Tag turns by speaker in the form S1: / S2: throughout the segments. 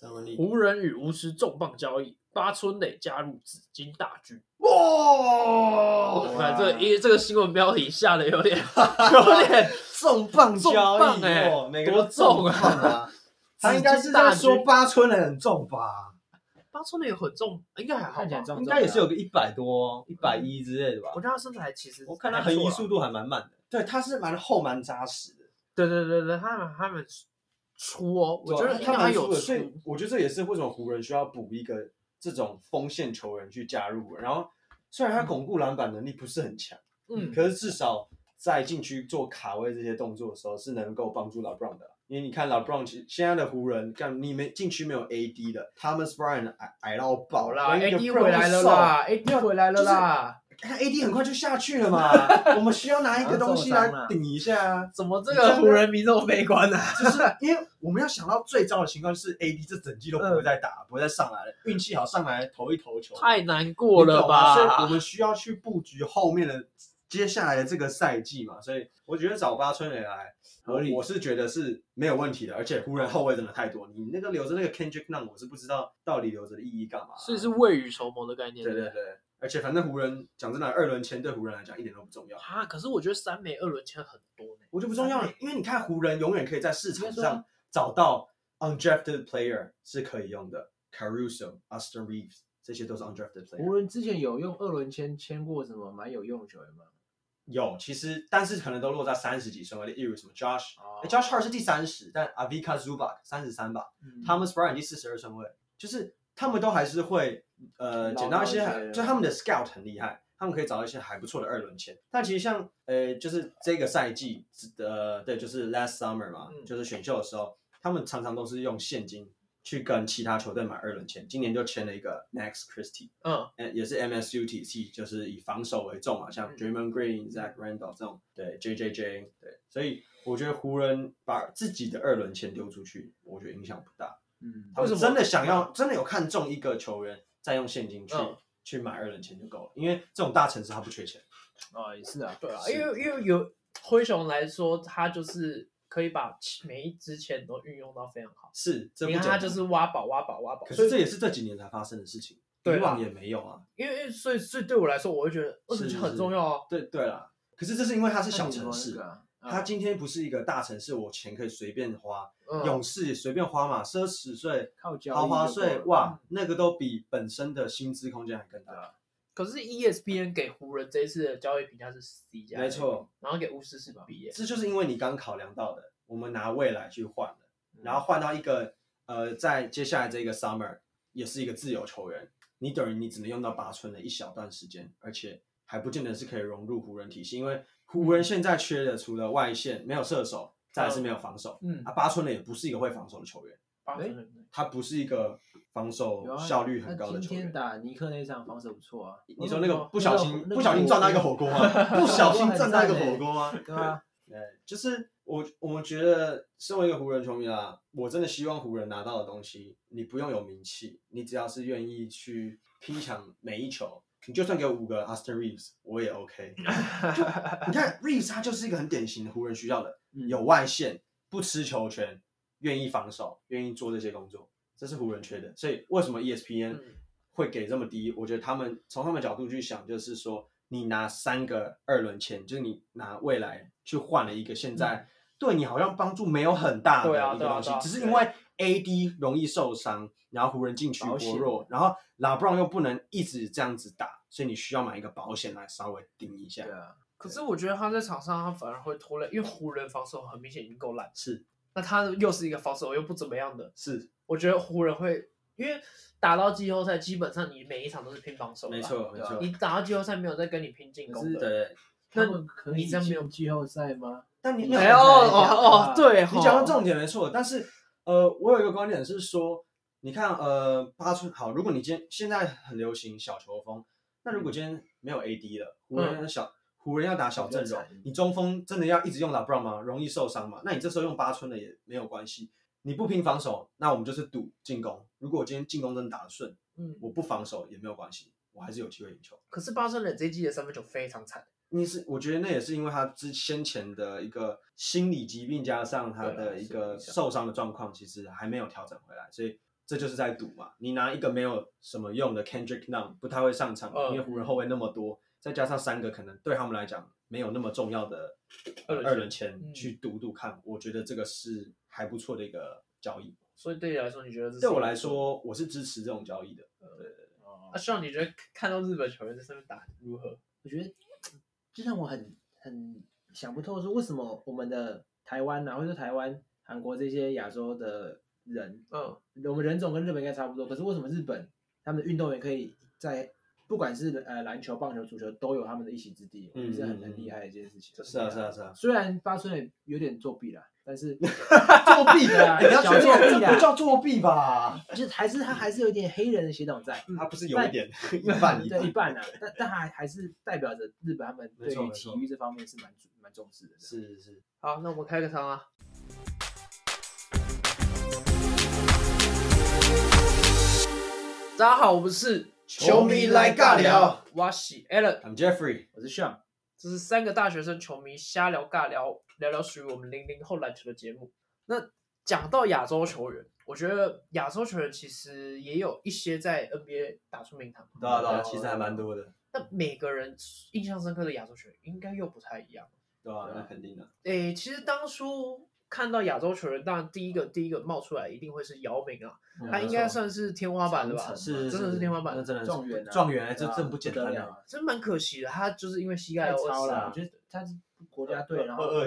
S1: 胜利。
S2: 湖人与巫师重磅交易，八村垒加入紫金大军。
S1: 哦哇
S2: 我看这个一这个新闻标题下的 有点有点
S1: 重磅
S2: 重
S1: 交
S2: 磅
S1: 易，
S2: 欸
S1: 哇每个
S2: 多
S1: 都重
S2: 重啊
S1: 磅 啊！他应该是在说八村的很重吧？
S2: 八村垒有很重，应该还好
S3: 看起来
S2: 吧？
S3: 重
S1: 应该也是有个一百多、一百一之类的吧
S2: 我？觉得他身材其实
S3: 我看
S2: 还
S3: 他
S2: 不错
S1: 啊
S3: 横移
S2: 啦
S3: 速度还蛮慢的，
S1: 对，他是蛮厚蛮扎实的。
S2: 对对对对，他们他们出哦，我觉
S1: 对
S2: 得
S1: 啊
S2: 应
S1: 他
S2: 该
S1: 蛮
S2: 有
S1: 出的，
S2: 出
S1: 所，以我觉得这也是为什么湖人需要补一个这种锋线球员去加入。然后虽然他巩固篮板能力不是很强，
S2: 嗯，
S1: 可是至少在禁区做卡位这些动作的时候是能够帮助老 b r o n 的。因为你看老 b r o n 其实现在的湖人，干你没禁区没有 AD 的，Thomas Bryant 矮矮到
S2: 好
S1: 爆
S2: 啦
S1: 连一个 Brown
S2: ，AD 哎回来
S1: 都
S2: 了
S1: 瘦
S2: 啦，AD 回来了啦，
S1: 看 AD 很快就下去了嘛，我们需要拿一个东西来顶一下啊。
S2: 怎么这
S1: 你真
S2: 个
S1: 的
S2: 湖人迷这么 悲观呢？
S1: 就是因为我们要想到最糟的情况就是 AD 这整季都不会再打，不会再上来了，运气好上来投一投球，
S2: 太难过
S1: 你
S2: 了
S1: 懂啊吗所以我
S2: 吧？
S1: 们需要去布局后面的接下来的这个赛季嘛，所以我觉得找八村垒来
S3: 合理
S1: 我是觉得是没有问题的，而且湖人后卫真的太多，你那个留着那个 Kendrick Nunn，我是不知道到底留着的意义干嘛。
S2: 所以是未雨绸缪的概念。
S1: 对对
S2: 不。
S1: 对，而且反正湖人讲真的，二轮签对湖人来讲一点都不重要。
S2: 啊，可是我觉得三枚二轮签很多呢。
S1: 我就不重要了，因为你看湖人永远可以在市场
S2: 应该
S1: 上找到 undrafted player 是可以用的，Caruso、Austin Reeves 这些都是 undrafted
S3: 湖
S2: 啊
S1: player。
S3: 人之前有用二轮签签过什么蛮有用的球员吗？
S1: 有，其实但是可能都落在三十几顺位，例如什么 Josh、
S3: 哦
S1: 诶 Josh Hart 是第三十，但 Avika Zubac 三十三吧、
S3: 他
S2: 嗯
S1: t h o m a s Bryant 第四十二顺位，就是他们都还是会呃
S3: 捞
S1: 捡到一些
S3: 到一
S1: 还，
S3: 些
S1: 就他们的 scout 很厉害。他们可以找到一些还不错的二轮签，但其实像呃，就是这个赛季，呃，对，就是 last summer 嘛，
S2: 嗯
S1: 就是选秀的时候，他们常常都是用现金去跟其他球队买二轮签。今年就签了一个 Max Christie，
S2: 嗯，
S1: 呃也是 MSU 体系，就是以防守为重嘛，像
S2: 嗯
S1: Draymond Green、Zach Randolph 这种，对 JJJ，对，所以我觉得湖人把自己的二轮签丢出去，我觉得影响不大。
S3: 嗯，
S1: 他们
S2: 为什么
S1: 真的想要，真的有看中一个球员，再用现金去、
S2: 嗯
S1: 去买二轮签就够了，因为这种大城市他不缺钱。
S3: 哦，也是啊，
S2: 对啊，
S1: 是
S2: 因为因为有灰熊来说，他就是可以把每一支签都运用到非常好。
S1: 是，这不
S2: 你看
S1: 简
S2: 他
S1: 单
S2: 就是挖宝挖宝挖宝，
S1: 可
S2: 所
S1: 是
S2: 以
S1: 这也是这几年才发生的事情，以
S2: 对啊
S1: 往也没有啊。
S2: 因为因为所以所以对我来说，我会觉得二轮
S1: 是
S2: 签
S1: 是
S2: 很重要啊。
S1: 对对啦，可是这是因为它是
S3: 是
S1: 小城市，
S3: 啊
S1: 它今天不是一个大城市，我钱可以随便花，
S2: 嗯，
S1: 勇士也随便花嘛，奢侈税、
S3: 靠交易
S1: 豪华
S3: 就够
S1: 税，
S3: 了嗯
S1: 哇，那个都比本身的薪资空间还更
S3: 对
S1: 大。
S3: 啊
S2: 可是 E ESPN 给湖人这一次的交易评价是 C 加，
S1: 没，错，
S2: 然后给巫师是 B 耶。
S1: 这就是因为你刚考量到的，我们拿未来去换的。
S3: 嗯
S1: 然后换到一个呃，在接下来这个 summer 也是一个自由球员，你等于你只能用到八村的一小段时间，而且还不见得是可以融入湖人体系，因为湖
S3: 嗯
S1: 人现在缺的除了外线没有射手，再来是没有防守，
S2: 嗯，
S1: 啊，八村的也不是一个会防守的球员，
S2: 八分
S1: 他不是一个防守
S3: 有啊
S1: 效率很高的
S3: 他
S1: 球
S3: 今天
S1: 员。
S3: 打尼克那场防守不错啊，
S1: 你说那个
S2: 那个
S1: 不小
S3: 那
S1: 心
S3: 个火
S1: 不小心撞到一个火锅啊， 不小心撞到一个火锅啊，
S3: 对啊，
S1: 对，就是我我觉得身为一个湖人球迷啦，我真的希望湖人拿到的东西，你不用有名气，你只要是愿意去拼抢每一球，你就算给我五个 Austin Reeves，我也 OK。你看 Reeves 他就是一个很典型的湖人需要的，
S3: 嗯
S1: 有外线，不吃球权，愿意防守，愿意做这些工作，这是湖人缺的。所以为什么 E ESPN
S2: 嗯
S1: 会给这么低？我觉得他们从他们角度去想，就是说你拿三个二轮签，就是你拿未来去换了一个现在、对你好像帮助没有很大的
S2: 对啊
S1: 一个
S2: 对啊
S1: 东西，
S2: 对啊
S1: 只是
S2: 对
S1: 因为 AD 容易受伤，然后湖人禁区
S3: 保
S1: 薄
S3: 险
S1: 弱，然后拉布朗又不能一直这样子打，所以你需要买一个保险来稍微顶一下
S3: 对。啊，
S2: 可是我觉得他在场上他反而会拖累，因为湖人防守很明显已经够烂，
S1: 是
S2: 那他又是一个防守又不怎么样的，
S1: 是，
S2: 我觉得湖人会，因为打到季后赛，基本上你每一场都是拼防守，
S1: 没，错没
S3: 对啊
S1: 错。
S2: 你打到季后赛没有再跟你拼进攻
S3: 可
S2: 的。
S1: 对，
S2: 那
S3: 他们可以
S2: 你这样没有
S3: 进季后赛吗？
S1: 但你
S2: 哎哦哦哦，对，
S1: 啊你讲到重点没错，但是呃，我有一个观点是说，你看呃，八村好，如果你今天现在很流行小球风，那
S2: 嗯
S1: 如果今天没有 AD 了，湖人要小、湖人要打小阵
S3: 比
S1: 容
S3: 较惨，
S1: 你中锋真的要一直用 LeBron 吗？容易受伤嘛？那你这时候用八村的也没有关系，你不拼防守，那我们就是赌进攻。如果我今天进攻真的打得顺，
S2: 嗯，
S1: 我不防守也没有关系，我还是有机会赢球。
S2: 可是巴森冷这一季的三分球非常惨，
S1: 你是我觉得那也是因为他之先前的一个心理疾病，加上他
S3: 对啦
S1: 的一个
S3: 心理上
S1: 受伤的状况，其实还没有调整回来，所以这就是在赌嘛。你拿一个没有什么用的 Kendrick Nunn 不太会上场，
S2: 嗯
S1: 因为湖人后卫那么多，再加上三个可能对他们来讲没有那么重要的
S2: 二
S1: 呃
S2: 轮
S1: 二轮签
S2: 嗯
S1: 去赌赌看，我觉得这个是还不错的一个交易。
S2: 所以对你来说，你觉得这是
S1: 对我来，说，我是支持这种交易的。
S3: 哦
S2: 啊，希望你觉得看到日本球员在上面打如何？
S3: 我觉得就让我很很想不透，说为什么我们的台湾啊，或者说台湾、韩国这些亚洲的人，
S2: 嗯，
S3: 我们人种跟日本应该差不多，可是为什么日本他们的运动员可以在不管是呃篮球、棒球、足球都有他们的一席之地，我觉得是很很厉害的一件事情。
S1: 嗯是啊，是啊，是啊。
S3: 虽然八村也有点作弊啦，但是作弊的啦，啊小作弊
S1: 这不
S3: 啦，
S1: 叫作弊吧？
S3: 就是还是他还是有点黑人的血统在。
S1: 他不是有一点一半一
S3: 嗯对一
S1: 半？
S3: 半啊，但但还还是代表着日本他们
S1: 没
S3: 对
S1: 错
S3: 于
S1: 没错
S3: 体育这方面是蛮注蛮重视的。
S1: 是是是。
S2: 好，那我们开个场啊。大家好，我们是
S1: 球迷来尬聊，
S2: 我是 Alan，
S1: I'm Jeffrey，
S3: 我是 Sean，
S2: 这是三个大学生球迷瞎聊尬聊，聊聊属于我们零零后篮球的节目。那讲到亚洲球员，我觉得亚洲球员其实也有一些在 NBA 打出名堂，
S1: 对啊对啊，其实还蛮多的，
S2: 那每个人印象深刻的亚洲球员应该又不太一样。
S1: 对啊，
S3: 对啊
S1: 那肯定的，
S2: 诶，其实当初看到亚洲球员，当然第一个第一个冒出来一定会是姚明啊，
S1: 嗯
S2: 他应该算是天花板的吧
S3: 长？城
S1: 是
S2: 真的是天花板
S1: 那真的是
S3: 状元啊
S1: 状元哎，这
S3: 对啊
S1: 真不简单
S3: 得
S1: 啊！
S3: 了，
S2: 真蛮可惜的，他就是因为膝盖
S3: 太
S2: 有
S3: 超了。
S2: 了啊
S3: 我。觉得他是国家队，然后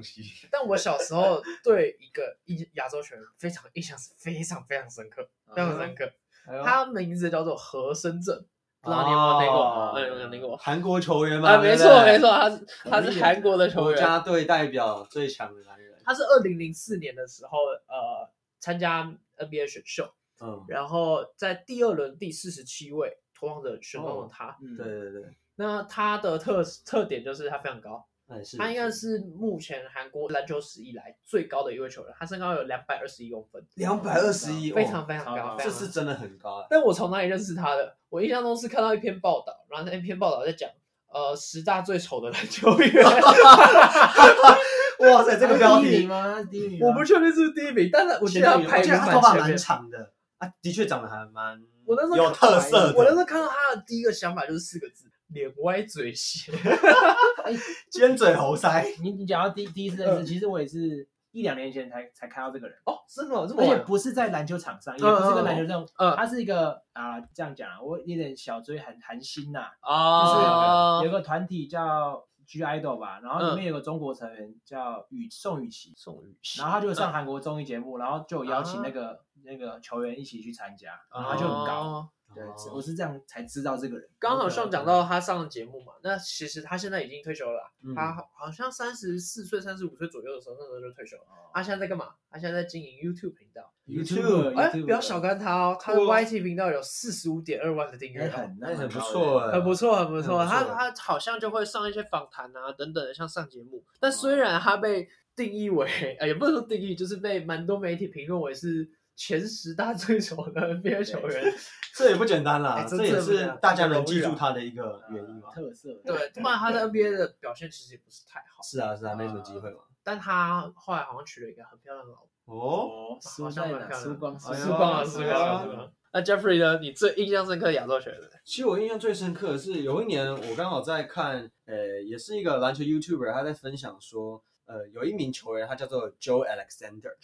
S3: 西？
S1: 西？
S2: 但我小时候对一个印亚洲球员非常印象是非常非常深刻，非常深刻。
S1: 嗯
S2: 他名字叫做何深圳，不知道你有没有听过
S1: 哦？
S2: 嗯，有没有听过？
S1: 韩国球员嘛，
S2: 啊，没
S1: 对不
S2: 错
S1: 对
S2: 没错，，他是他是韩国的球
S1: 国
S2: 员，
S1: 家队代表最强的男人。
S2: 他是二零零四年的时候呃参加 NBA 选秀，
S1: 嗯，
S2: 然后在第二轮第四十七位投王者选中了
S1: 哦
S2: 他。
S3: 嗯，
S1: 对对对，
S2: 那他的特特点就是他非常高，
S1: 那也是
S2: 他应该是目前韩国篮球史以来最高的一位球员，他身高有两百二十一公分，
S1: 两百二十一，
S2: 啊非常非常
S3: 超
S2: 高，
S3: 高
S2: 非
S1: 这
S2: 常
S1: 是
S2: 高
S1: 真的很高哎。
S2: 但我从哪里认识他的？我印象中是看到一篇报道，然后那篇报道在讲呃十大最丑的篮球 员，
S1: 哇塞，这个标
S3: 第一名
S1: 题，
S3: 吗？第一名吗，
S2: 我不确定是不是第一名，但是我记得
S1: 他
S2: 他排
S1: 而且
S2: 名
S1: 他头发
S2: 蛮前
S1: 蛮
S2: 面。
S1: 长的啊，的确长得还蛮
S2: 我那时候
S1: 有特色
S2: 我那时
S1: 的，
S2: 候看到他的第一个想法就是四个字：脸歪嘴斜。
S1: 尖嘴猴腮。
S3: 你你讲到第第一次认识，其实我也是一两年前才才看到这个人，
S2: 哦，真的吗这么
S3: 而且
S2: 晚？
S3: 不是在篮球场上，也
S2: 嗯
S3: 不是跟篮球这种，
S2: 嗯
S3: 他是一个啊这样讲啊，我有点小追韩韩星呐，
S2: 啊
S3: 有个团体叫 G Idol 吧，然后
S2: 嗯
S3: 里面有个中国成员叫雨宋雨琦，
S2: 宋嗯雨琦
S3: 然后他就上韩国综艺节目，然后就有邀请那个、那个球员一起去参加，然后他就很高。
S2: 啊哦
S3: 对，是我是这样才知道这个人。
S2: 刚好上讲到他上节目嘛，那其实他现在已经退休了啦，
S1: 嗯
S2: 他好像三十四岁、三十五岁左右的时候，那时候就退休了。
S3: 哦
S2: 他现在在干嘛？他现在在经营 YouTube 频道。
S1: YouTube，
S2: 哎，不要小看他哦，他的
S1: 我
S2: YT 频道有四十五点二万的订阅
S3: 也
S2: 哦，
S3: 很
S1: 那很
S3: 很
S1: 不错哎，
S2: 很不错，很不
S1: 很
S2: 错。
S1: 不
S2: 他
S1: 错
S2: 他好像就会上一些访谈啊等等的，像上节目。
S3: 哦
S2: 但虽然他被定义为，呃，也不是说定义，就是被蛮多媒体评论为是前十大最丑的 NBA 球员。
S1: 这也不简单
S2: 哎
S1: 啦，
S2: 这
S1: 这也
S2: 这不简
S1: 是
S2: 单
S1: 大家能记住他的一个原因嘛。
S3: 啊特色。
S2: 对， 不然他在 NBA 的表现其实也不是太好。
S1: 是啊，是啊，没什么机会嘛。
S2: 但他后来好像娶了一个很漂亮的老 婆，
S1: 哦，
S2: 好
S3: 哦，输
S2: 像
S3: 在
S2: 蛮漂
S3: 哪？
S2: 亮
S3: 输光，
S1: 哎
S3: 输
S1: 呦
S2: 输光了，
S1: 是
S2: 输光
S1: 啊
S2: 了，输光了。那 Jeffrey 呢？你最印象深刻的亚洲球员？
S1: 其实我印象最深刻的是有一年我刚好在看，呃，也是一个篮球 YouTuber，他在分享说，呃，有一名球员他叫做 Joe Alexander。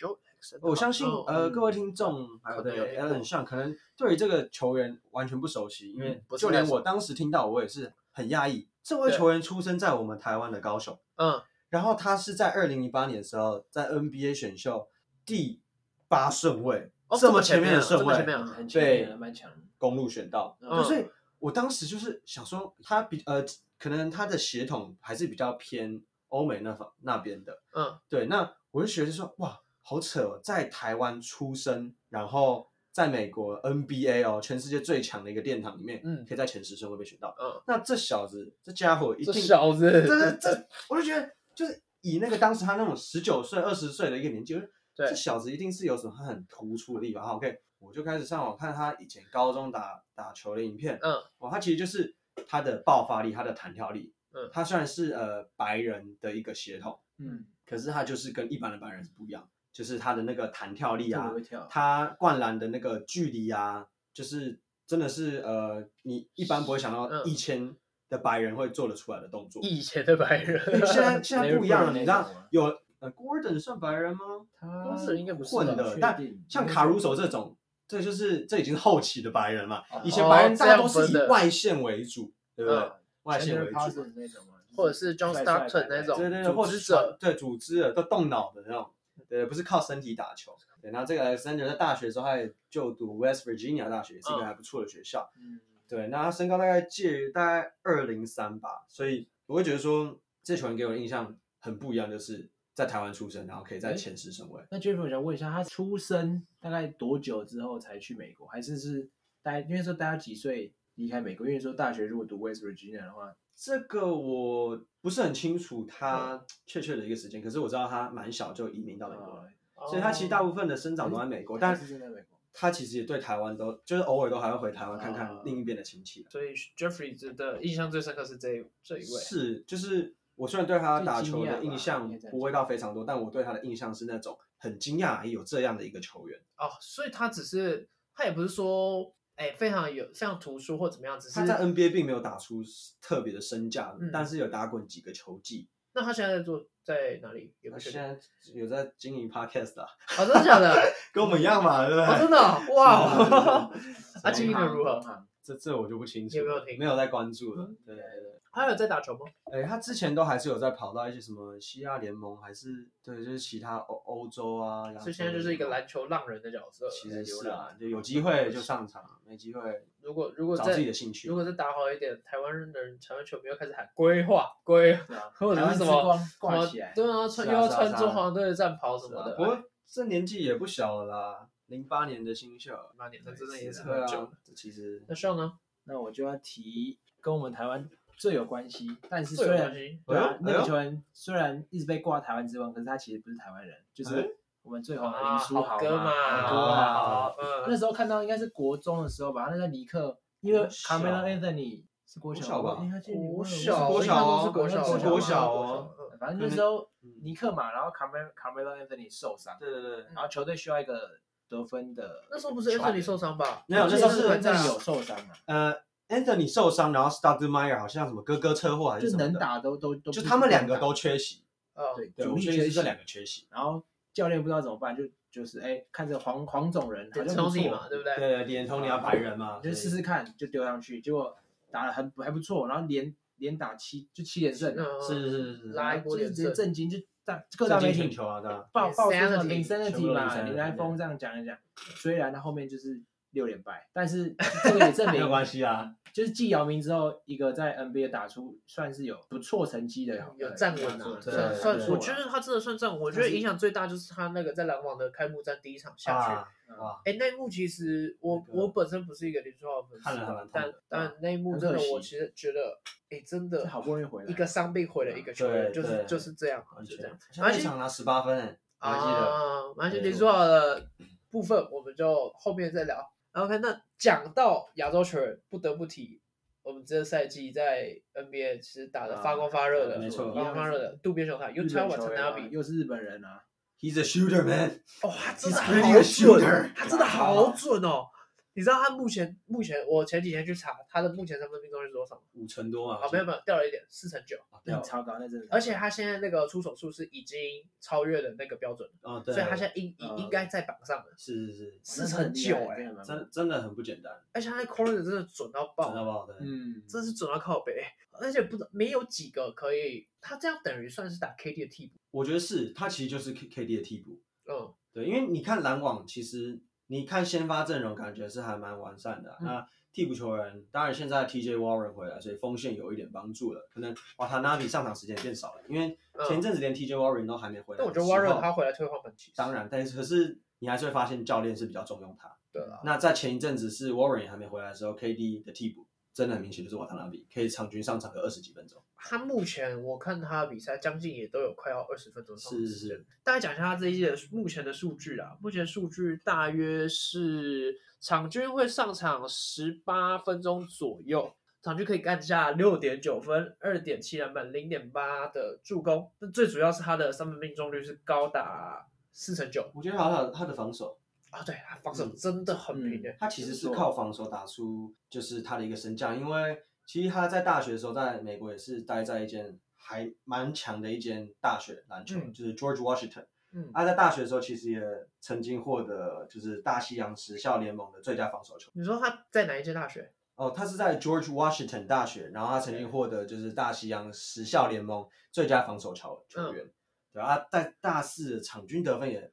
S1: 我相信
S2: 哦
S1: 呃
S3: 嗯
S1: 各位听众还有
S2: 可能
S1: 对
S2: 有听过
S1: Alan 上可能对于这个球员完全不熟悉，因为
S2: 嗯不是
S1: 就连
S2: 太熟
S1: 我当时听到我也是很讶异，这位
S2: 对
S1: 球员出生在我们台湾的高雄。
S2: 嗯，
S1: 然后他是在二零零八年的时候，在 NBA 选秀第八顺位，
S2: 哦
S1: 么前面的
S2: 这
S1: 顺
S2: 么
S1: 位
S2: 前面啊
S3: 很很强
S1: 被
S3: 的，蛮强的。
S1: 公路选到，
S2: 嗯
S1: 对所以我当时就是想说，他比呃，可能他的血统还是比较偏欧美那方那边的，
S2: 嗯，
S1: 对，那我就觉得说，哇，好扯、哦，在台湾出生，然后在美国 NBA 哦，全世界最强的一个殿堂里面，
S2: 嗯
S1: 可以在前十顺位被选到，
S2: 嗯，
S1: 那这小子，这家伙一
S2: 这
S1: 定
S2: 小子，
S1: 这这，我就觉得就是以那个当时他那种十九岁、二十岁的一个年纪，就是
S2: 对
S1: 这小子一定是有什么很突出的地方。好 OK，我就开始上网看他以前高中打打球的影片，
S2: 嗯，
S1: 哇，他其实就是他的爆发力、他的弹跳力，
S2: 嗯
S1: 他虽然是呃白人的一个血统，
S3: 嗯，
S1: 可是他就是跟一般的白人是不一样，就是他的那个弹跳力啊
S3: 特别会，跳，
S1: 他灌篮的那个距离啊，就是真的是呃，你一般不会想到
S2: 嗯
S1: 一千的白人会做得出来的动作。
S2: 以前的白人，
S1: 现 在现在不一样了，你知道
S3: Larry Bird 那种
S2: 啊
S3: 吗
S1: 有呃，Gordon 算白人吗？
S3: 他
S2: 公司人应该不是
S1: 混
S2: 吧
S1: 的
S3: 啊确，
S1: 但
S3: 定
S1: 像
S3: 没
S1: 卡
S3: 错
S1: 鲁索这种，这就是这已经是后期的白人嘛。
S3: 哦
S1: 以前白人
S2: 哦
S1: 大家都
S2: 这
S1: 是
S2: 样分的
S1: 以外线为主，对不对
S2: 嗯？
S1: 外线
S3: Chandler
S1: 为主
S3: Parsons 那种嘛，
S2: 或者是 John
S3: 帅帅
S2: Stockton 那
S3: 白白
S2: 种
S1: 对对对，
S2: 组
S1: 或者
S2: 织
S1: 是
S2: 者
S1: 传对组织的都动脑的那种，对，不是靠身体打球。对，然后这个 Alexander 在大学的时候，他也就读 West Virginia 大学，也是一个
S2: 嗯
S1: 还不错的学校。
S3: 嗯，
S1: 对，那他身高大概介于大概二零三吧，所以我会觉得说，这球员给我的印象很不一样，就是在台湾出生，然后可以在
S2: 嗯
S3: 诶
S1: 前十顺位。
S3: 那 Jeff，我想问一下，他出生大概多久之后才去美国？还是是大概因为说大家几岁离开美国？因为说大学如果读 West Virginia 的话，
S1: 这个我不是很清楚他
S2: 嗯
S1: 确切的一个时间，可是我知道他蛮小就移民
S2: 呃
S1: 到美国
S2: 哦
S3: 呃
S1: 了，所以他其实大部分的生长都在美国，
S3: 哦
S1: 但
S3: 还是在美国
S1: 他其实也对台湾都就是偶尔都还会回台湾看看
S3: 哦
S1: 另一边的亲戚。
S2: 所以 Jeffrey 的印象最深刻是这一这一位，
S1: 是，就是我虽然对他打球的印
S3: 最惊讶吧应
S1: 象
S3: 该这样讲
S1: 不会到非常多，但我对他的印象是那种很惊讶，哎有这样的一个球员，
S2: 哦，所以他只是他也不是说哎非常有非常突出或怎么样，只是
S1: 他在 NBA 并没有打出特别的身价，
S2: 嗯
S1: 但是有打滚几个球季。
S2: 那他现在在做在哪里？也
S1: 他
S2: 不确
S1: 现
S2: 定。
S1: 在有在经营 podcast 啊，
S2: 哦，真的假的？
S1: 跟我们一样嘛， 对不对？
S2: 哦，真的哦
S1: 是
S2: 哇！
S1: 啊，是啊
S2: 他经营的如何？
S1: 这这我就不清楚
S2: 你
S1: 了，
S2: 有没有听
S1: 没有在关注了。
S3: 嗯
S1: 对对
S2: 他有在打球吗？
S1: 对，哎，他之前都还是有在跑到一些什么西亚联盟，还是对，就是其他欧欧洲啊。亚洲
S2: 所以现在就是一个
S1: 联盟
S2: 篮球浪人的角色。
S1: 其实
S2: 流
S1: 是
S2: 浪
S1: 啊，就有机会就上场，没机会
S2: 如果如果
S1: 找
S2: 再
S1: 自己的兴趣
S2: 如果再打好一点，台湾人的人，台湾球迷又开始喊规划规，
S3: 对啊，
S2: 或者是
S3: 台湾
S2: 什
S3: 之
S2: 么
S3: 光
S2: 什
S3: 挂
S2: 么
S3: 起来，
S2: 对啊，穿
S1: 是
S2: 又
S1: 啊
S2: 要
S1: 是啊
S2: 穿
S1: 是啊
S2: 中华队的战袍什
S1: 是
S2: 么
S1: 啊
S2: 的。哎
S1: 不过这年纪也不小了啦，零八年的新秀，
S2: 八年，那真的
S3: 是
S2: 也
S3: 啊
S2: 是
S1: 对
S2: 很久
S1: 啊
S2: 了。，
S1: 这其实
S2: 那上呢？
S3: 那我就要提跟我们台湾最有关系，但是
S2: 最
S3: 虽
S2: 有关
S3: 然
S2: 系。
S3: 对啊，
S1: 哎
S3: 那
S1: 呦
S3: 个球员虽然一直被挂台湾之光，可是他其实不是台湾人，就
S1: 哎
S3: 是我们最红的
S2: 啊，
S3: 哦林书
S2: 好
S3: 豪
S2: 哥
S3: 好哥
S1: 啊
S3: 嘛。
S2: 好嗯，
S3: 那时候看到应该是国中的时候吧，那个尼克，因为
S1: 国小
S3: Carmelo Anthony 是国
S1: 国小吧
S3: 应该是
S2: 国
S1: 是
S2: 小，
S1: 国小
S2: 我印象中
S1: 哦
S2: 是国小，
S1: 是国小哦
S2: 嗯。
S3: 反正那时候尼克嘛，然后 Carmelo Carmelo Anthony 受伤，
S1: 对对对，
S3: 然后球队需要一个得分的，
S2: 那时候不是 Anthony 受伤吧？
S1: 没有
S2: 我记得
S1: 那时候是
S2: 很早
S3: Anthony 有受伤啊，
S1: 呃，Anthony 受伤，然后 Stoudemire 好像什么哥哥车祸还是
S3: 就
S1: 什么的
S3: 能，打都都都
S1: 就他们两个都
S3: 不
S1: 缺席，
S2: 哦
S3: 能打对
S1: 对，
S3: 主
S1: 我
S3: 力
S1: 确定
S3: 缺
S1: 是
S3: 席
S1: 这两个缺席。
S3: 然后教练不知道怎么办，就就是哎，看着黄黄种人好
S2: 点
S3: 像不
S2: 兄弟
S3: 错
S2: 嘛，对不对？
S1: 对，连通你
S2: 啊
S1: 要白人嘛，
S3: 就试
S1: 所以
S3: 试看，就丢上去，结果打了很还不错，然后连连打七就七连胜啊，
S2: 嗯
S1: 是是是是，
S2: 拉一
S3: 然后
S2: 波
S3: 就
S2: 连
S3: 直接
S2: 胜
S3: 震惊，就大各大
S1: 震
S3: 媒
S1: 惊
S3: 体
S1: 全球啊，对吧？
S3: 爆爆出什
S2: Insanity，
S3: 么
S1: 全部
S3: insanity
S1: 都
S3: 嘛，
S1: insanity
S3: 林来峰这样讲 一讲，虽然他后面就是六连败，但是这个也证
S1: 没
S3: 明
S1: 有关系啊，
S3: 就是继姚明之后，一个在 NBA 打出算是有不错成绩的，呃
S2: 有站稳
S3: 了
S2: 啊，，
S1: 对
S2: 算
S1: 对
S2: 算，
S1: 对
S2: 我觉得他真的算站稳。我觉得
S3: 但是
S2: 影响最大就是他那个在篮网的开幕战第一场下去，
S1: 啊哇，
S2: 哎，那一幕其实我
S1: 那个
S2: 我本身不是一个林书豪的粉丝
S1: 看了还
S2: 啊
S1: 蛮，痛
S2: 但
S1: 的
S2: 但那一幕真的
S3: 很可惜
S2: 我其实觉得，哎，真的
S3: 这好不容易回来
S2: 一个伤病毁了一个球员，
S1: 对
S2: 就是
S1: 对
S2: 就是这样，啊
S1: 完
S2: 就
S1: 全
S2: 这样。
S1: 像那场拿十八分欸，我还记得。
S2: 啊，完全
S1: 对
S2: 林书豪的部分我们就后面再聊。OK，那讲到亚洲球员，不得不提我们这个赛季在 NBA 其实打的发光发热的，
S1: 啊没错
S2: 发光发热的渡边雄太，又
S3: 日
S2: 超
S3: 本
S2: 瓦
S3: 球
S2: 特
S3: 员
S2: 纳
S3: 啊
S2: 比，
S3: 又是日本人啊，
S1: He's a shooter man，
S2: 哇、他真的
S1: He's
S2: 好
S1: really a
S2: 准
S1: shooter，
S2: 他真的好准哦！你知道他目前目前我前几天去查他的目前三分命中率是多少吗？
S1: 五成多嘛
S2: 啊，没有没有，掉了一点，四成九。
S1: 啊
S3: 那超高，那真的是。
S2: 而且他现在那个出手数是已经超越了那个标准了，
S1: 哦，对，
S2: 所以他现在应
S3: 呃
S2: 应应该在榜上了，
S1: 是是是，
S2: 四成九哎、
S3: 真的蛮
S1: 真真的很不简单，
S2: 而且他那 corner 真的准到
S1: 真的
S2: 爆，
S1: 不好的。
S3: 嗯，
S2: 真是准到靠北，而且不知没有几个可以，他这样等于算是打 KD 的替补，
S1: 我觉得是他其实就是 K K D 的替补，
S2: 嗯，
S1: 对，因为你看篮网，其实你看先发阵容，感觉是还蛮完善的啊、
S2: 嗯
S1: 那替补球员，当然现在 TJ Warren 回来，所以锋线有一点帮助了。可能瓦塔纳比上场时间变少了，因为
S2: 嗯
S1: 前阵子连 TJ Warren 都还没回来。
S2: 但我觉得 Warren 他回来退化很奇，
S1: 当然，但是可是你还是会发现教练是比较重用他。
S2: 对了，
S1: 那在前一阵子是 Warren 也还没回来的时候，KD 的替补真的很明显就是瓦塔纳比，可以场均上场个二十几分钟。
S2: 他目前我看他比赛将近也都有快要二十分钟上场
S1: 是
S2: 时
S1: 是
S2: 间
S1: 是，
S2: 大概讲一下他这一季的目前的数据啦，目前数据大约是场均会上场十八分钟左右，场均可以干下六点九分、二点七篮板、零点八的助攻。那最主要是他的三分命中率是高达四成九
S1: 我觉得好好他的防守，
S2: 啊，对他防
S1: 嗯
S2: 守真的很平欸诶、
S1: 他其实是靠防守打出就是他的一个身价，因为其实他在大学的时候，在美国也是待在一间还蛮强的一间大学篮球，
S2: 嗯
S1: 就是 George Washington。
S2: 嗯
S1: 他在大学的时候，其实也曾经获得就是大西洋时效联盟的最佳防守球员。
S2: 你说他在哪一间大学？
S1: 哦，他是在 George Washington 大学，然后他曾经获得就是大西洋时效联盟最佳防守球球
S2: 嗯
S1: 员。对啊，他在大四的场均得分也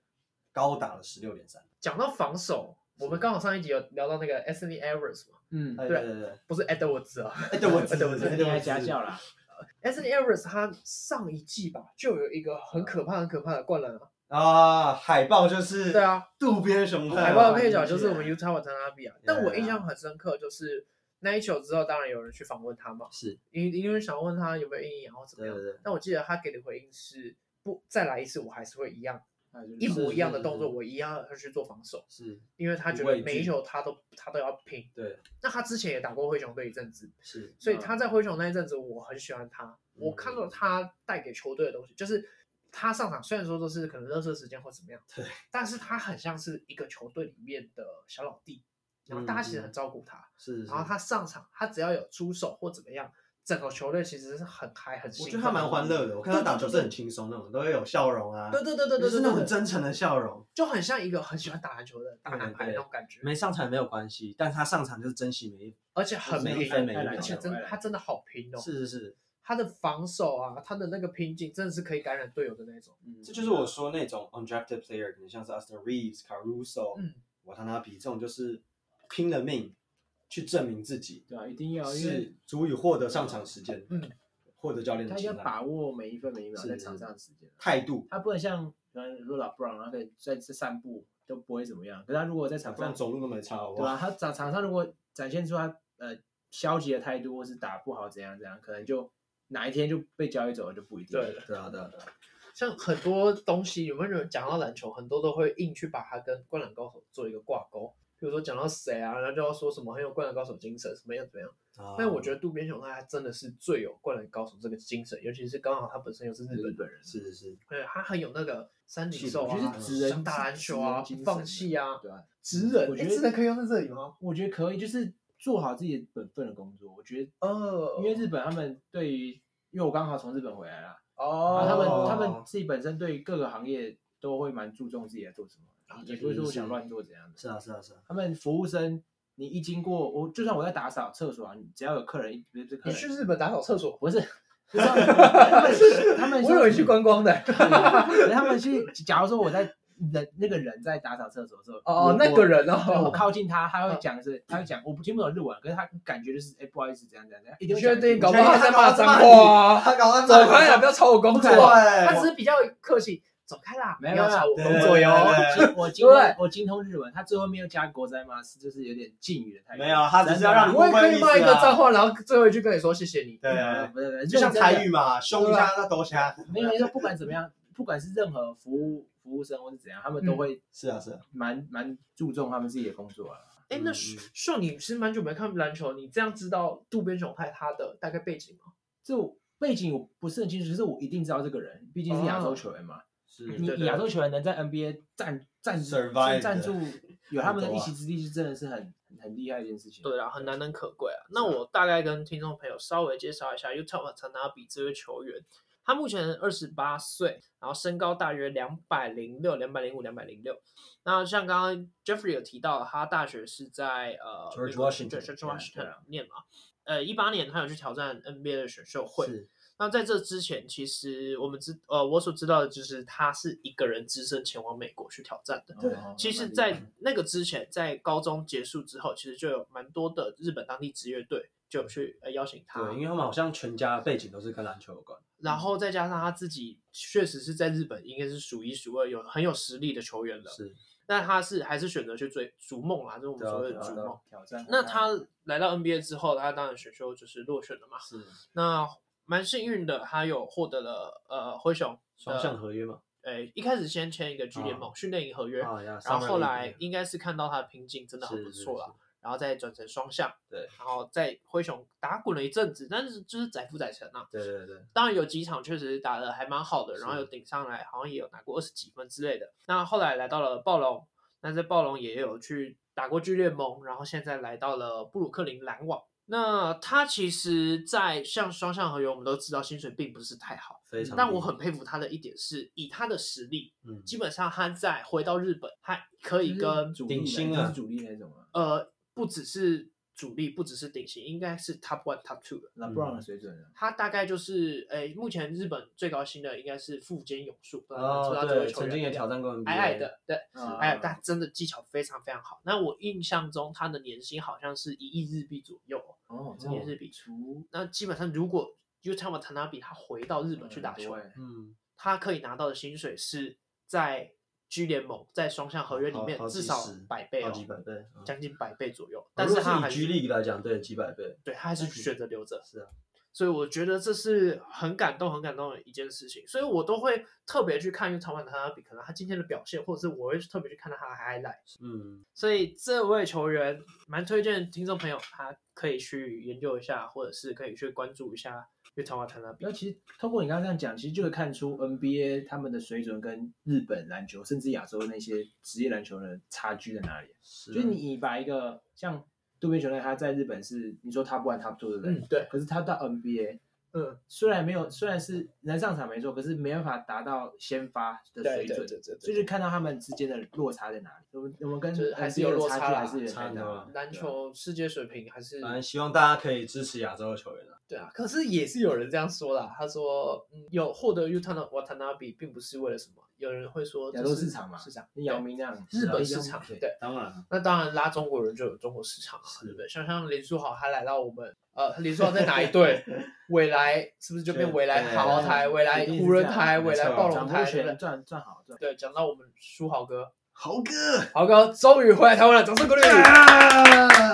S1: 高达了十六点三。
S2: 讲到防守，我们刚好上一集有聊到那个 Anthony Edwards 嘛，
S3: 嗯，
S1: 哎，对对对，
S2: 不是 Edwards 啊
S1: 哎，对我
S2: 对我
S1: 知
S2: 知
S3: 这
S1: 对
S3: 个
S1: 对
S3: 应
S1: 我
S3: 该
S1: 知
S3: 家教啦，
S2: ，Anthony Edwards 他上一季吧就有一个很可怕、很可怕的灌篮啊，
S1: 啊，海豹就是
S2: 对啊，
S1: 渡边雄太，
S2: 海
S3: 海
S2: 报
S3: 豹
S2: 的配角就是我
S3: 我
S2: 们
S3: 们
S2: Utah 瓦塔纳比啊，但我印象很深刻就是。那一球之后，当然有人去访问他嘛，
S1: 是
S2: 因因为想问他有没有阴影，然后怎么
S1: 对
S2: 样
S1: 对。对，
S2: 但我记得他给的回应是不再来一次，我还是会一样
S3: 哎就是
S2: 一模一样的
S1: 是
S2: 动作，
S1: 是是
S2: 我一样要去做防守，
S1: 是，
S2: 因为他觉
S1: 不畏
S2: 得
S1: 惧
S2: 每一球他都他都要拼。
S1: 对
S2: 那他之前也打过灰熊队一阵子，
S1: 是，
S2: 所以他在灰熊那一阵子，我很喜欢他，我
S1: 嗯
S2: 看到他带给球队的东西，就是他上场虽然说都是可能热身时间或怎么样，
S1: 对，
S2: 但是他很像是一个球队里面的小老弟，然后大家其实很照顾他，
S1: 嗯是，
S2: 然后他上场，他只要有出手或怎么样，整个球队其实是很嗨很兴
S1: 我
S2: 奋，
S1: 觉得他蛮欢。乐的，我看他打球是很轻松那种，都会有笑容啊，
S2: 对对对对对
S1: 就是
S2: 对
S1: 那种
S2: 对
S1: 很
S2: 对，
S1: 真诚的笑容。
S2: 就很像一个很喜欢打篮球的大男孩那种感觉，
S1: 没上场没有关系，但他上场就是珍惜每一
S2: 而且很
S1: 每
S2: 拼
S1: 一，分每一
S3: 太
S1: 秒
S2: 而
S3: 篮。
S2: 且
S3: 球
S2: 真的
S3: 哎
S2: 他真的好拼哦，
S1: 是是是，
S2: 他的防守啊，他的那个拼劲真的是可以感染队友的那种。
S3: 嗯
S1: 这就是我说那种 undrafted player，可能像是 Austin Reeves、Caruso、
S2: 嗯，
S1: 瓦塔纳比这种，就是拼了命去证明自己，
S3: 对啊，一定要，因为
S1: 是足以获得上场时间，
S2: 嗯，
S1: 获得教练的
S3: 他
S1: 青
S3: 要
S1: 睐，
S3: 把握每一分每一秒
S1: 是
S3: 在场上的时间啊，
S1: 态度，
S3: 他不能像比方说老布朗，啊他可以在这散步都不会怎么样，可是他如果在场
S1: 不然
S3: 上，
S1: 走路都没差，好不
S3: 对
S1: 好
S3: 啊，？他场场上如果展现出他呃消极的态度，或是打不好怎样怎样，可能就哪一天就被交易走了就不一定了。
S2: 对的
S1: 对啊，对啊，对啊。
S2: 像很多东西，有没有人讲到篮球，很多都会硬去把它跟灌篮高手做一个挂钩。比如说讲到谁啊，然后就要说什么很有灌篮高手精神，什么样怎么样。但我觉
S1: 得
S3: 哦
S2: 得渡边雄太他真的是最有灌篮高手这个精神，尤其是刚好他本身又是日本人，
S1: 是是是，
S2: 对，他很有那个三井
S1: 是
S2: 寿
S1: 我觉
S2: 啊
S1: 得，
S3: 是职人
S2: 想打篮球啊，
S3: 职人精
S2: 不
S3: 神
S2: 放弃啊，
S3: 对啊，
S2: 职人，
S3: 我觉
S2: 诶
S3: 得
S2: 职人可以用在这里吗？
S3: 我觉得可以，就是做好自己的本分的工作。我觉得，
S2: 哦，
S3: 因为日本他们对于，因为我刚好从日本回来啦，然
S2: 哦
S3: 啊后，他
S1: 哦
S3: 们他们自己本身对于各个行业都会蛮注重自己在做什
S2: 啊
S3: 么，
S2: 对
S3: 也不会说
S1: 是
S3: 我
S1: 是
S3: 想乱做怎样的。
S1: 是啊是啊是啊，
S3: 他们服务生，你一经过我，就算我在打扫厕所啊，你只要有客人，不是不是客
S2: 你
S3: 人
S2: 去，日本打扫厕所，啊
S3: 不是，就是他们他们
S2: 我以为去观光的。
S3: 对他们去，假如说我在人那个人在打扫厕所的时候，
S2: 哦
S3: 我
S2: 那个人
S3: 我对啊
S2: 哦
S3: 我靠近他，他会讲是，他会讲，我不听不懂日文，可是他感觉就是，哎，不好意思，怎样怎样怎样，一定
S2: 你
S3: 会
S2: 确
S3: 讲
S2: 定？
S3: 一句
S2: 搞不好他在骂脏话、啊。
S1: 他搞他
S2: 走开啊！不要吵我工作
S1: 对，
S2: 啊。他只是比较客气，走开啦，不
S3: 没有
S2: 要吵我
S1: 对
S2: 工作哟。
S1: 对对
S3: 我精通我精通日文，他最后面又加国在吗？是就是有点敬语的
S1: 对
S3: 态度。
S1: 没有，啊他只是要让你
S2: 我也可以
S1: 误
S2: 骂
S1: 会
S2: 一
S1: 意
S2: 个
S1: 思啊
S2: 脏，话，然后嗯最后一句跟你说谢谢你。
S3: 呃，
S1: 对，啊
S3: 不是不是，
S1: 就像
S3: 认真的
S1: 台语嘛，凶一
S2: 啊
S1: 下那兜下，
S3: 没有，你说不管怎么样，不管是任何服务服务生或是怎样，他们都会
S1: 是啊是啊，
S3: 蛮蛮注重他们自己的工作啊。
S2: 哎，那
S1: 嗯
S2: 秀秀，你是蛮久没看篮球，你这样知道渡边雄太他的大概背景吗？
S3: 这我背景我不是很清楚，可是我一定知道这个人，毕竟是亚
S1: 哦
S3: 洲球员嘛。
S1: 是
S3: 你
S2: 对对
S3: 你亚洲球员能在 NBA 站站
S1: 嗯 Survive
S3: 站住有他们的
S1: 很多啊
S3: 一席之地，是真的是很很很厉害的一件事情。哦
S2: 对啦，很难能可贵啊。那我大概跟听众朋友稍微介绍一下 Utah Watanabe 这位球员，他目前二十八岁，然后身高大约两百零六、两百零五、两百零六。那像刚刚 Jeffrey 有提到，他大学是在呃
S1: George
S2: 美国
S1: Washington，
S2: 对 George
S1: 对啊
S2: Washington
S1: 对啊
S2: 念嘛。呃，一八年他有去挑战 NBA 的选秀会。
S1: 是
S2: 那在这之前，其实我们知呃我所知道的就是他是一个人只身前往美国去挑战的。
S3: 哦，
S1: 对
S3: 蛮
S2: 其实，
S3: 厉害的
S2: 在那个之前，在高中结束之后，其实就有蛮多的日本当地职业队就有去呃邀请他，
S1: 对，因为他们好像全家背景都是跟篮球有关，
S2: 然后再加上他自己确实是在日本应该是数一数二有很有实力的球员了，
S1: 是
S2: 但他是还是选择去追逐梦啦，这是我们
S1: 对啊
S2: 所谓
S1: 对
S2: 的
S1: 啊
S2: 逐
S1: 对啊
S2: 梦。
S3: 哦挑战，
S2: 那他来到 NBA 之后，他当然选秀就是落选了嘛，
S1: 是
S2: 那蛮幸运的，他有获得了呃灰熊的
S1: 双向，合约嘛，
S2: 呃一开始先签一个 G 联盟、训练营合约，
S1: 啊呀，
S2: 然
S1: Summer
S2: 后后
S1: League，
S2: 来应该是看到他的瓶颈真的很
S1: 是
S2: 不错啦，，然后再转成双向，
S1: 对，
S2: 然后在灰熊打滚了一阵子，但是就是载浮载沉啊。
S1: 对对对，
S2: 当然有几场确实打的还蛮好的，
S1: 是
S2: 然后有顶上来，好像也有拿过二十几分之类的。那后来来到了暴龙，那在暴龙也有去打过巨联盟，然后现在来到了布鲁克林篮网。那他其实，在像双向合约，我们都知道薪水并不是太好，
S1: 非常。
S2: 嗯但我很佩服他的一点是，以他的实力，
S1: 嗯，
S2: 基本上他在回到日本，他可以
S3: 就是
S2: 跟
S3: 主
S1: 顶
S3: 力
S1: 薪
S3: 啊，
S1: 啊
S3: 就是主力那种啊
S2: 呃，不只是主力，不只是顶薪，应该是 top one、top two 了。
S1: 嗯
S3: ，LeBron 的水准啊。
S2: 他大概就是，诶、目前日本最高薪的应该是富坚勇树，不知道你知不知
S1: 哦，
S2: 道这位
S1: 对，
S2: 球
S1: 曾
S2: 员。
S1: 经也挑战过 NBA，
S2: 矮矮的，对，
S3: 啊
S2: 矮矮，哎但真的技巧非常非常好。那我印象中他的年薪好像是一亿日币左右。
S3: 哦，
S2: 今年是比
S3: 除
S2: 那基本上如果 Utah m a t a n a b 他回到日本去打
S3: 欸
S2: 球，
S1: 嗯，
S2: 他可以拿到的薪水是在 G 联盟在双向合约里面
S1: 好好几
S2: 至少
S1: 十
S2: 百倍
S1: 好
S2: 哦，
S1: 几百倍嗯
S2: 将近百倍左右。
S1: 但
S2: 但
S1: 是
S2: 他
S1: 他
S2: 还
S1: 以 G League 来讲，对，几百倍，
S2: 对他还是选择留着。
S1: 是啊，
S2: 所以我觉得这是很感动、很感动的一件事情，所以我都会特别去看 Utah m a t a n a b 可能他今天的表现，或者是我会特别去看他的 highlight。
S1: 嗯，
S2: 所以这位球员蛮推荐听众朋友，他可以去研究一下，或者是可以去关注一下越塔瓦特那
S3: 那
S2: 边。
S3: 其实通过你刚刚这样讲，其实就会看出 NBA 他们的水准跟日本篮球，甚至亚洲那些职业篮球人差距在哪里。
S1: 是啊，
S3: 就是你把一个像渡边雄太，他在日本是你说 top one top two 的人，
S2: 嗯，对，
S3: 可是他到 NBA
S2: 嗯，
S3: 虽然没有，虽然是能上场没错，可是没办法达到先发的水准，
S2: 对
S3: 所以就看到他们之间的落差在哪里。我们我们跟
S2: 就是还是有
S3: NBA 的
S2: 落
S3: 差
S2: 差
S3: 距
S2: 啦
S3: 还是有点
S1: 差
S3: 太
S1: 很
S3: 大
S1: 多
S3: 了
S1: 啊。
S2: 篮球世界水平还是
S1: 反正希望大家可以支持亚洲的球员啊，
S2: 对啊，可是也是有人这样说啦，他说，嗯，有获得 Utah 的 Watanabe 并不是为了什么，有人会说这
S3: 亚洲
S2: 是
S3: 市场嘛
S2: 市场，
S3: 跟姚
S2: 对
S3: 明那样，
S2: 日本
S3: 是啊
S2: 市场，
S3: 对
S2: 对，
S1: 当然啊，
S2: 那当然拉中国人就有中国市场啊，
S1: 是
S2: 对不对？像像林书豪他来到我们，呃，林书豪在哪一队？未来是不是就变
S1: 对
S2: 未来
S1: 对
S2: 豪
S1: 对
S2: 台、未来
S3: 啊一定是
S2: 湖人
S3: 这样啊
S2: 台、
S1: 没
S2: 未来
S1: 错
S2: 暴
S3: 掌
S2: 龙
S3: 握
S2: 台？对不
S3: 权
S2: 对
S3: 赚赚好赚。
S2: 对，讲到我们书豪哥，
S1: 豪哥，
S2: 豪哥终于回来台湾了，掌声 鼓励！
S1: 啊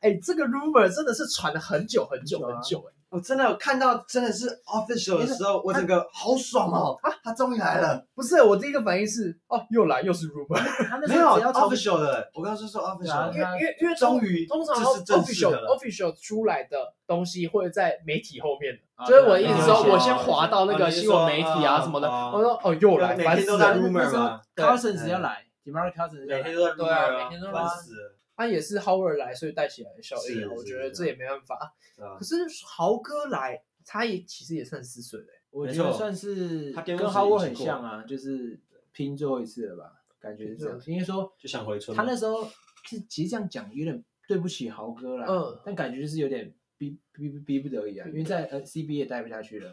S2: 哎，这个 rumor 真的是传了很久很久
S3: 很久啊
S2: 很久哎，
S1: 我真的有看到，真的是 official 的时候，我整个好爽哦！啊，他终于来了，
S2: 不是我第一个反应是哦，又来又是 rumor，
S3: 他那
S1: 没
S3: 时
S1: 有
S3: 候只要从
S1: official 的，我刚刚是说
S3: 啊
S1: official，
S2: 因
S1: 的
S2: 为因为因为通
S1: 终于
S2: 通常
S1: 这是正式
S2: official
S1: 的了
S2: official 出来的东西会在媒体后面的。
S3: 啊
S2: 所以
S3: 对啊
S2: 我一
S3: 对
S2: 直
S3: 啊
S2: 说，
S3: 对啊
S2: 我先
S3: 对啊
S2: 滑到那
S1: 哦
S2: 个
S1: 你是
S2: 新闻
S1: 说
S2: 媒体
S1: 哦
S2: 啊什么的，
S1: 哦
S2: 我说哦又来，
S1: 每
S2: 烦
S1: 天
S2: 死
S1: 都在
S2: 了。
S1: rumor
S3: 那时候
S1: 嘛
S3: Cousins
S1: 对
S3: 要来 d e m a r Cousins 要
S1: 每
S3: 来
S1: 天，都在 rumor
S2: 对啊每天都在
S1: 烦死了，
S2: 他也是 Howard 来，所以带起来的效应
S1: 是
S2: 啊，我
S1: 是
S2: 觉
S1: 是
S2: 得这也没办法。
S1: 对啊
S2: 可是豪哥来，他也其实也三十四岁了欸，
S3: 我
S1: 没
S3: 觉得
S1: 错
S3: 算是
S1: 他
S3: 跟
S1: 巅峰时
S3: h o w
S1: 期
S3: 很
S1: 过
S3: 像啊，就是拼最后一次了吧，感觉是这样。应该说
S1: 就想回村
S3: 他
S1: 嘛。
S3: 那时候是其实这样讲有点对不起豪哥啦，
S2: 嗯
S3: 但感觉就是有点逼逼逼不得已啊，因为在呃 CB 也待不下去了。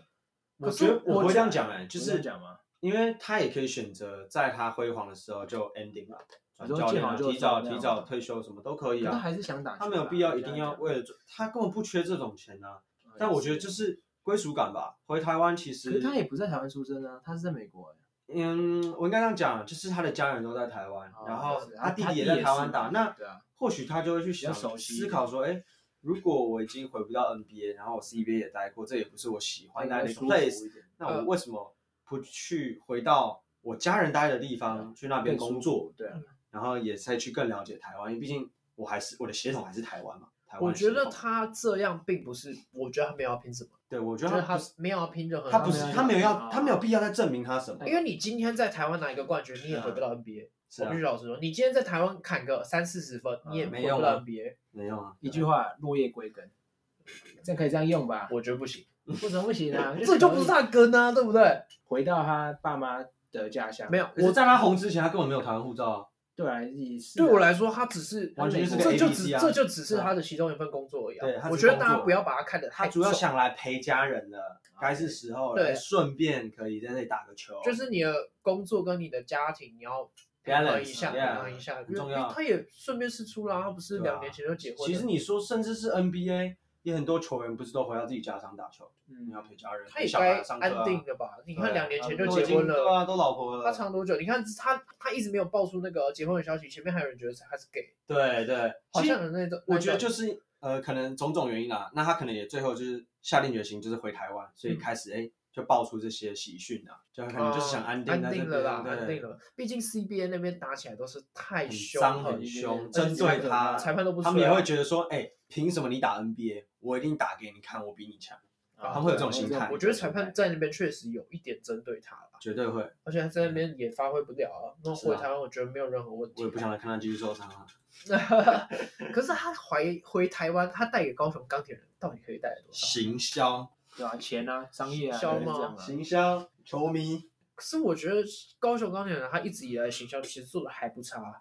S1: 我觉得我不会这样讲哎，就
S3: 我这
S1: 是
S3: 样讲吗？
S1: 因为他也可以选择在他辉煌的时候就 ending 了，转
S3: 你说
S1: 教练
S3: 建
S1: 啊，
S3: 好就
S1: 提早
S3: 是这样
S1: 提早退休什么都可以
S3: 可他
S1: 啊。
S3: 还是想打球啦，
S1: 他没有必要一定
S3: 这样
S1: 要
S3: 讲
S1: 为了赚他根本不缺这种钱啊。但我觉得就是归属感吧。回台湾其
S3: 可是
S1: 实，
S3: 他也不在台湾出生啊，他是在美国欸。
S1: 嗯，我应该这样讲，就是他的家人都在台湾，然后
S3: 哦是
S1: 他弟
S3: 弟
S1: 弟也
S3: 是
S1: 在台湾打，那
S3: 对啊，
S1: 或许他就会去
S3: 较
S1: 想
S3: 熟悉
S1: 思考说，哎，如果我已经回不到 NBA，然后我 CBA 也待过，这也不是我喜欢待的一个
S3: 舒服
S1: place，
S3: 一点。
S1: 那我为什么不去回到我家人待的地方，去那边
S3: 更舒
S1: 工
S3: 服
S1: 作，嗯
S3: 对啊，
S1: 然后也再去更了解台湾，因为毕竟我还是我的血统还是台湾嘛。台湾
S2: 我觉得
S1: 血统
S2: 他这样并不是，我觉得他没有要拼什么，
S1: 对，我觉
S2: 就
S1: 得
S2: 是
S1: 他
S2: 他呃
S1: 不是
S2: 没有要拼任何，啊
S1: 他不是
S3: 没有
S1: 他没有
S3: 哦
S1: 要他没有必要再证明他什么，
S2: 因为你今天在台湾拿一个冠军，你也回不到 NBA。
S1: 是
S2: 我
S1: 啊
S2: 必须，老实说，你今天在台湾砍个三四十分，你也
S1: 没
S2: 回不
S1: 用
S2: 到
S1: 啊
S2: NBA，
S1: 没有啊，
S3: 一句话落叶归根，这样可以这样用吧？
S2: 我觉得不行，
S3: 为什么不 行啊？
S2: 这就不是他的根啊，对不对？
S3: 回到他爸妈的家乡。
S2: 没有，
S1: 我
S2: 我
S1: 在他红之前，他根本没有台湾护照啊。
S3: 对啊，也是啊
S2: 对我来说，他只是
S1: 完全就是个
S2: 这就
S1: ABC
S2: 只
S1: 啊
S2: 这就只是他的其中一份工作而已啊、
S1: 对他只是
S2: 我觉得大
S1: 工
S2: 家
S1: 作
S2: 不要把他看得
S1: 他
S2: 太
S1: 主要
S2: 重
S1: 想来陪家人的，该是时候
S2: 对
S1: 了，顺便可以在那里打个球，
S2: 就是你的工作跟你的家庭，你要平
S1: Balance，
S2: 衡一下，平
S1: yeah，
S2: 衡一下，
S1: 很重要啊
S2: 因为因为他也顺便试出啦，他不是
S1: 对啊
S2: 两年前就结婚了。
S1: 其实你说，甚至是 NBA，也很多球员不是都回到自己家乡打球，你要
S3: 嗯，
S1: 陪家人，
S2: 他
S1: 陪
S2: 也
S1: 小
S2: 该
S1: 孩上课
S2: 安
S1: 啊。
S2: 定了吧？你看
S1: 对啊
S2: 两年前就
S1: 都
S2: 结
S1: 已经
S2: 婚
S1: 对
S2: 了，
S1: 啊，都老婆
S2: 他
S1: 了。
S2: 长多久？你看他他一直没有爆出那个结婚的消息，前面还有人觉得他是 gay，
S1: 对对，
S2: 好
S1: 其
S2: 像
S1: 实
S2: 有那种，
S1: 我觉得就是
S2: 嗯
S1: 是呃，可能种种原因啦，那他可能也最后就是下定决心，就是回台湾，所以开始哎就爆出这些喜讯啊，就可能就是想安定在
S2: 哦安
S1: 这
S2: 定
S1: 边，
S2: 了啦，
S1: 对
S2: 安定了。毕竟 CBA 那边打起来都是太
S1: 很
S2: 凶
S1: 脏
S2: 狠
S1: 很
S2: 了
S1: 凶，
S2: 而且
S1: 针对他，
S2: 裁判都不
S1: 他们也
S2: 吹啊
S1: 会觉得说，哎、凭什么你打 NBA，我一定打给你看，我比你强，
S3: 啊
S1: 他们会有这种心态
S2: 我觉得裁判在那边确实有一点针对他了，
S1: 绝对会。
S2: 而且他在那边也发挥不了啊。那
S1: 嗯是啊
S2: 回台湾，我觉得没有任何问题。
S1: 我也不想。再看他继续受伤啊，
S2: 可是他回回台湾，他带给高雄钢铁人到底可以带来多少？
S1: 行销，
S3: 对啊，钱啊，商业啊，
S2: 消
S3: 就是这
S2: 嘛
S3: 样啊。
S1: 行销，球迷
S2: 可是我觉得高雄钢铁人他一直以来的形象其实做的还不差啊，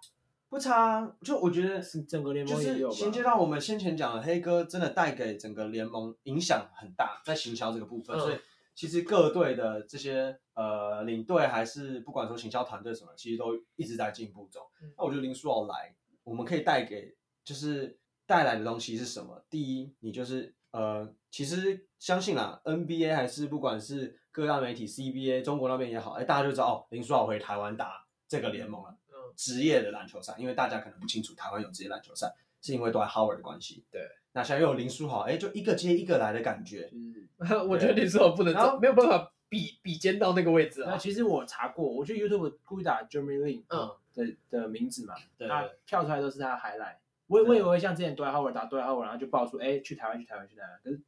S1: 不差啊，就我觉得
S3: 是整个联
S1: 就
S3: 盟也
S1: 是
S3: 有吧
S1: 衔接到我们先前讲的，黑哥真的带给整个联盟影响很大，在行销这个部分，
S2: 嗯
S1: 所以其实各队的这些呃领队还是不管说行销团队什么，其实都一直在进步中
S2: 嗯。
S1: 那我觉得林书豪来，我们可以带给就是带来的东西是什么？第一，你就是呃，其实相信啦，NBA 还是不管是各大媒体 CBA 中国那边也好，哎，大家就知道哦，林书豪回台湾打这个联盟了。
S2: 嗯，
S1: 职业的篮球赛，因为大家可能不清楚台湾有职业篮球赛，是因为 d w i Howard 的关系。
S2: 对，
S1: 那现在又有林书豪，哎，就一个接一个来的感
S2: 啊
S1: 觉。
S3: 嗯，
S2: 我觉得你说我不能
S1: 然
S2: 做，
S1: 后
S2: 没有办法比比肩到那个位置
S3: 那
S2: 啊。
S3: 其实我查过，我去 YouTube 故意打 Jeremy Lin
S2: 嗯
S3: 的的名字嘛，
S1: 对
S3: 那跳出来都是他的 highlight。我我以为像之前 d w i Howard 打 d w i Howard，然后就爆出哎去台湾去台湾去台湾，可是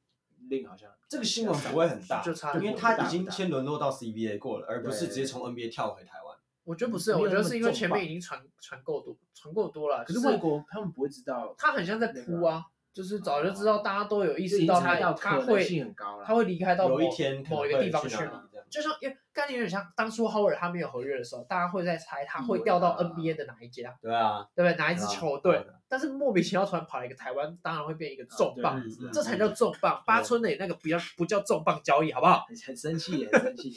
S3: Lin 好像
S1: 这个新闻不会很大，
S2: 就差
S1: 因为
S2: 不多
S1: 他
S3: 大
S1: 已经
S3: 不大
S1: 先沦落到 CBA 过了，而不是
S3: 对
S1: 直接从 NBA 跳回台湾。
S2: 我觉得不是，啊
S3: 没有
S2: 我觉得
S3: 那么
S2: 是因为
S3: 重
S2: 前面
S3: 磅
S2: 已经传传够多，传够多了。
S3: 可是
S2: 就
S3: 外国他们不会知道，
S2: 他很像在
S3: 那
S2: 扑
S3: 个
S2: 啊，就是早就知道，大家都有意
S3: 意
S2: 识到他
S3: 到
S2: 他
S3: 可能性
S2: 会
S3: 很高了，
S2: 他会离开到某
S1: 有一天可能
S2: 某
S1: 会
S2: 一个地方去
S1: 去哪
S2: 嘛
S1: 里。这样。
S2: 就像因为概念有点像当初 Howard 他没有合约的时候，大家会在猜他会
S3: 以为
S2: 调到
S3: 他
S2: NBA 的哪一家，
S1: 对啊，
S2: 对不对？哪一支
S1: 对啊
S2: 球
S1: 对
S2: 队
S1: 啊对啊？
S2: 但是莫名其妙突然跑来一个台湾，当然会变一个重
S3: 啊哦对
S2: 磅
S1: 嗯，嗯
S2: 这才叫重磅。八村垒那个不要不叫重磅交易，好不好？
S3: 很很生气耶，很生气。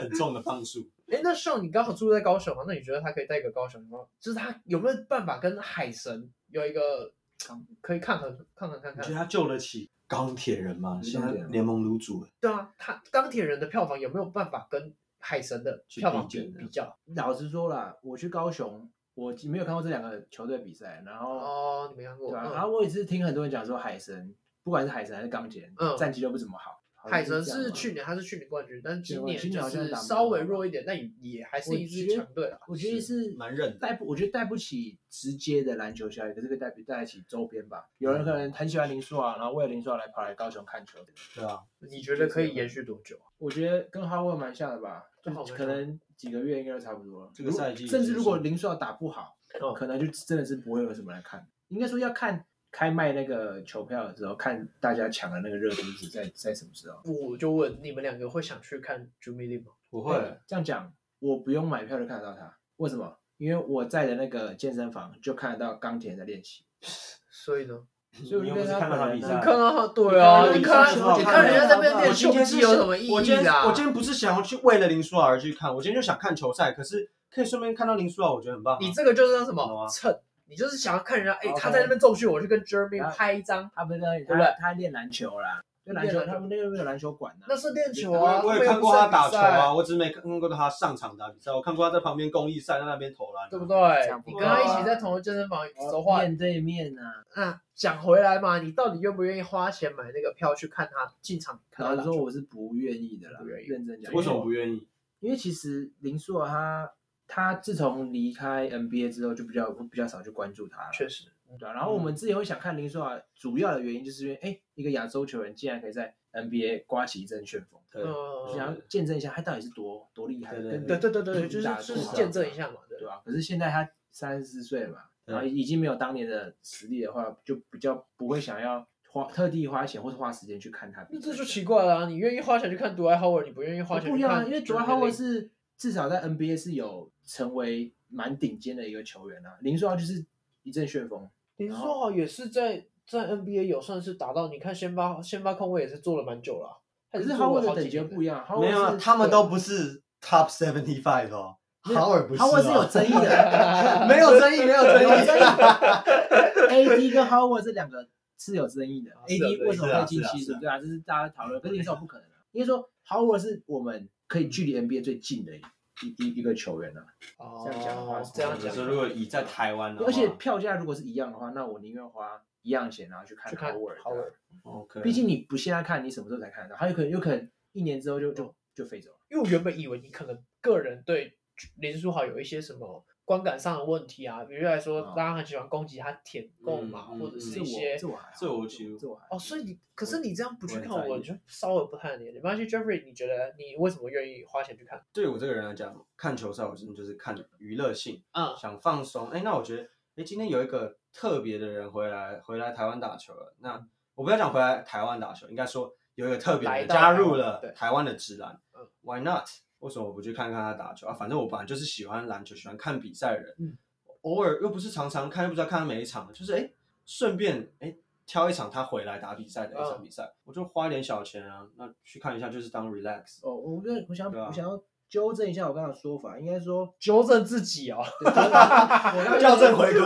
S1: 很重的磅数。
S2: 哎，那像你刚好住在高雄啊嘛，那你觉得他可以带给高雄吗？就是他有没有办法跟海神有一个可以抗衡抗衡看
S1: 你觉得
S2: 看？
S1: 他救得起钢铁人吗？
S3: 嗯
S1: 现在联盟卤煮了，
S2: 对啊，他钢铁人的票房有没有办法跟海神的
S1: 去
S2: 票房
S1: 比
S2: 比
S1: 肩的
S2: 比较？
S3: 老实说啦，我去高雄，我没有看过这两个球队比赛，然后
S2: 哦，你没看过？
S3: 对啊，
S2: 嗯
S3: 然后我也是听很多人讲说海神，不管是海神还是钢铁人，
S2: 嗯
S3: 战绩都不怎么好。
S2: 海神
S3: 好像
S2: 是
S3: 这样吧
S2: 去，年，他是去年冠军，但是今
S3: 啊对
S2: 年
S3: 今年
S2: 就
S3: 好像
S2: 是
S3: 打不了
S2: 稍微弱一点，但也也还是
S3: 我
S2: 一支
S3: 觉得
S2: 强队啊了。
S3: 我觉得是
S1: 蛮认的。
S3: 带不，我觉得带不起直接的篮球效益，可是可以带带得起周边吧。有
S2: 嗯
S3: 人可能很喜欢林书豪，然后为了林书豪来跑来高雄看球，
S1: 对啊，
S2: 你觉得可以延续多久？啊
S3: 我觉得跟哈沃蛮像的吧，
S2: 跟哈
S3: 就
S2: 沃蛮
S3: 可能几个月应该就差不多了。
S1: 这个赛季
S3: 如甚至如果
S1: 已经是
S3: 林书豪打不好，
S2: 嗯
S3: 可能就真的是不会有什么人看。应该说要看开卖那个球票的时候，看大家抢的那个热度是在在什么时候。
S2: 我就问你们两个会想去看 Jimmy Lee 吗？
S1: 不
S3: 哎
S1: 会，
S3: 这样讲，我不用买票就看得到他，为什么？因为我在的那个健身房就看得到钢铁人在练习，
S2: 所以呢？
S3: 所以我
S1: 你
S3: 就
S1: 又不
S3: 跟
S1: 是
S3: 他
S1: 看到他
S3: 本人
S1: 比
S3: 啊
S1: 赛，
S2: 看到对啊，
S3: 你
S2: 你
S3: 看
S2: 看你
S3: 到林书豪
S2: 看人家在那边
S3: 看到
S2: 练
S1: 我今
S2: 胸
S1: 天
S2: 肌
S1: 是
S2: 有什么意
S1: 我今
S2: 义
S1: 天
S2: 啊？
S1: 我今天不是想要去为了林书豪而去看，我今天就想看球赛，可是可以顺便看到林书豪，我觉得很棒啊。
S2: 你这个就是叫什
S1: 好
S2: 么
S1: 啊
S2: 蹭？你就是想要看人家，哎，
S3: OK
S2: 他在那边重训，我去跟 Jeremy
S3: 啊
S2: 拍一张，
S3: 他不是在
S2: 对不对
S3: 他他练篮球啦，就篮
S2: 练
S3: 球
S2: 篮球
S3: 他们那个没有篮球馆呢、
S2: 那是练球
S1: 我也
S2: 啊。
S1: 我
S2: 他
S1: 也
S2: 们又
S1: 看过
S2: 不是
S1: 他
S2: 在
S1: 打
S2: 比
S1: 球
S2: 赛，
S1: 啊，我只是没看过他上场打比赛，我看过他在旁边公益赛在那边投篮啊，
S2: 对不对
S3: 差？不
S2: 你
S3: 多
S2: 跟他一起在同一个健身房
S3: 哦
S2: 说话，
S3: 面对面啊。
S2: 那讲回来嘛，你到底愿不愿意花钱买那个票去看他进场看
S3: 老
S2: 他打
S3: 实说，
S2: 球？
S3: 我是不愿意的啦，
S2: 不愿意
S3: 认真讲。
S1: 为什么不愿意？
S3: 因为其实林书豪他他自从离开 NBA 之后，就比较比较少去关注他了。
S2: 确嗯实，
S3: 对啊、然后我们之前会想看林书豪，主要的原因就是因为，哎，一个亚洲球员竟然可以在 NBA 刮起一阵旋风，
S1: 对，
S2: 嗯
S3: 想要见证一下他到底是多多厉害，
S1: 对对
S3: 跟
S2: 对对对对，就是
S3: 打得
S2: 就
S3: 多
S2: 是
S3: 好
S2: 见证一下嗯嘛，对
S3: 对啊吧、可是现在他三十四岁了嘛，
S1: 对
S3: 然后已经没有当年的实力的话，就比较不会想要花特地花钱或是花时间去看他比
S2: 那
S3: 赛。
S2: 这就奇怪了、啊，你愿意花钱去看独爱 Howard，你不愿意花钱
S3: 不一
S2: 去
S3: 样啊，
S2: 看
S3: 因为
S2: Jeremy
S3: 主要他
S2: Lin
S3: 会是至少在 NBA 是有成为蛮顶尖的一个球员啊。林书豪就是一阵旋风，
S2: 林书豪也是在在 NBA 有算是达到，你看先发先发控卫也是做了蛮久了啊、
S3: 可
S2: 是
S3: 是哈
S2: 沃
S3: 沃的等级不一
S2: 样，
S3: 样，哈
S1: 没有
S3: 沃
S1: 啊，
S3: 是
S1: 他们都不是 top seventy five 哦，哈尔不是
S3: 哈
S1: 哦，
S3: 沃是有争议的
S1: 没有争议，没有争
S3: 有争
S1: 议。
S3: ，AD 跟哈沃这两个是有争议的
S2: 是有争议
S3: ，AD 为什么会进
S1: 啊是啊是啊
S3: 七
S1: 是
S3: 十？
S1: 啊
S3: 对啊，这是大家讨论，可是林书豪不 可能啊，因为说哈沃是我们可以距离 NBA 最近的一一一个球员啊，
S2: 哦
S3: 这样讲的话
S2: 这样
S1: 所以
S2: 讲
S1: 说，如果以在台湾的话，
S3: 而且票价如果是一样的话，那我宁愿花一样的钱然后去看啊
S2: 去
S3: 哈
S2: 看
S3: 沃尔
S2: Howard
S3: 的。
S1: OK，
S3: 毕竟你不现在看，你什么时候才看得到？还有可能有可能一年之后就就就飞走了。
S2: 因为我原本以为你可能个人对林书豪有一些什么观感上的问题啊，比如来说，
S3: 啊
S2: 大家很喜欢攻击他舔够嘛，
S1: 嗯嗯
S2: 或者是
S3: 这
S2: 一些
S3: 我这我还好
S1: 这我其实
S3: 这我还好
S2: 哦，所以你可是你这样不去看，
S1: 我很在意
S2: 我就稍微不太理解。没关系，Jeffrey，你觉得你为什么愿意花钱去看？
S1: 对我这个人来讲，看球赛我真的就是看娱乐性，
S2: 嗯
S1: 想放松。哎，那我觉得，哎，今天有一个特别的人回来，回来台湾打球了。那我不要讲回来台湾打球，应该说有一个特别的
S2: 嗯来
S1: 人
S2: 到
S1: 加
S2: 台湾
S1: 入了
S2: 对
S1: 台湾的直男
S2: 嗯。
S1: Why not？为什么我不去看看他打球啊？反正我本来就是喜欢篮球，喜欢看比赛的人。
S2: 嗯
S1: 偶尔又不是常常看，又不知道看他每一场，就是哎，诶顺便哎。诶挑一场他回来打比赛的一场
S2: 嗯
S1: 比赛，我就花一点小钱啊，那去看一下，就是当 relax。
S3: 哦，我跟我想
S1: 对啊
S3: 我想要纠正一下我刚刚的说法，应该说
S2: 纠正自己 哦，
S3: 对我刚我刚
S1: 校正回归。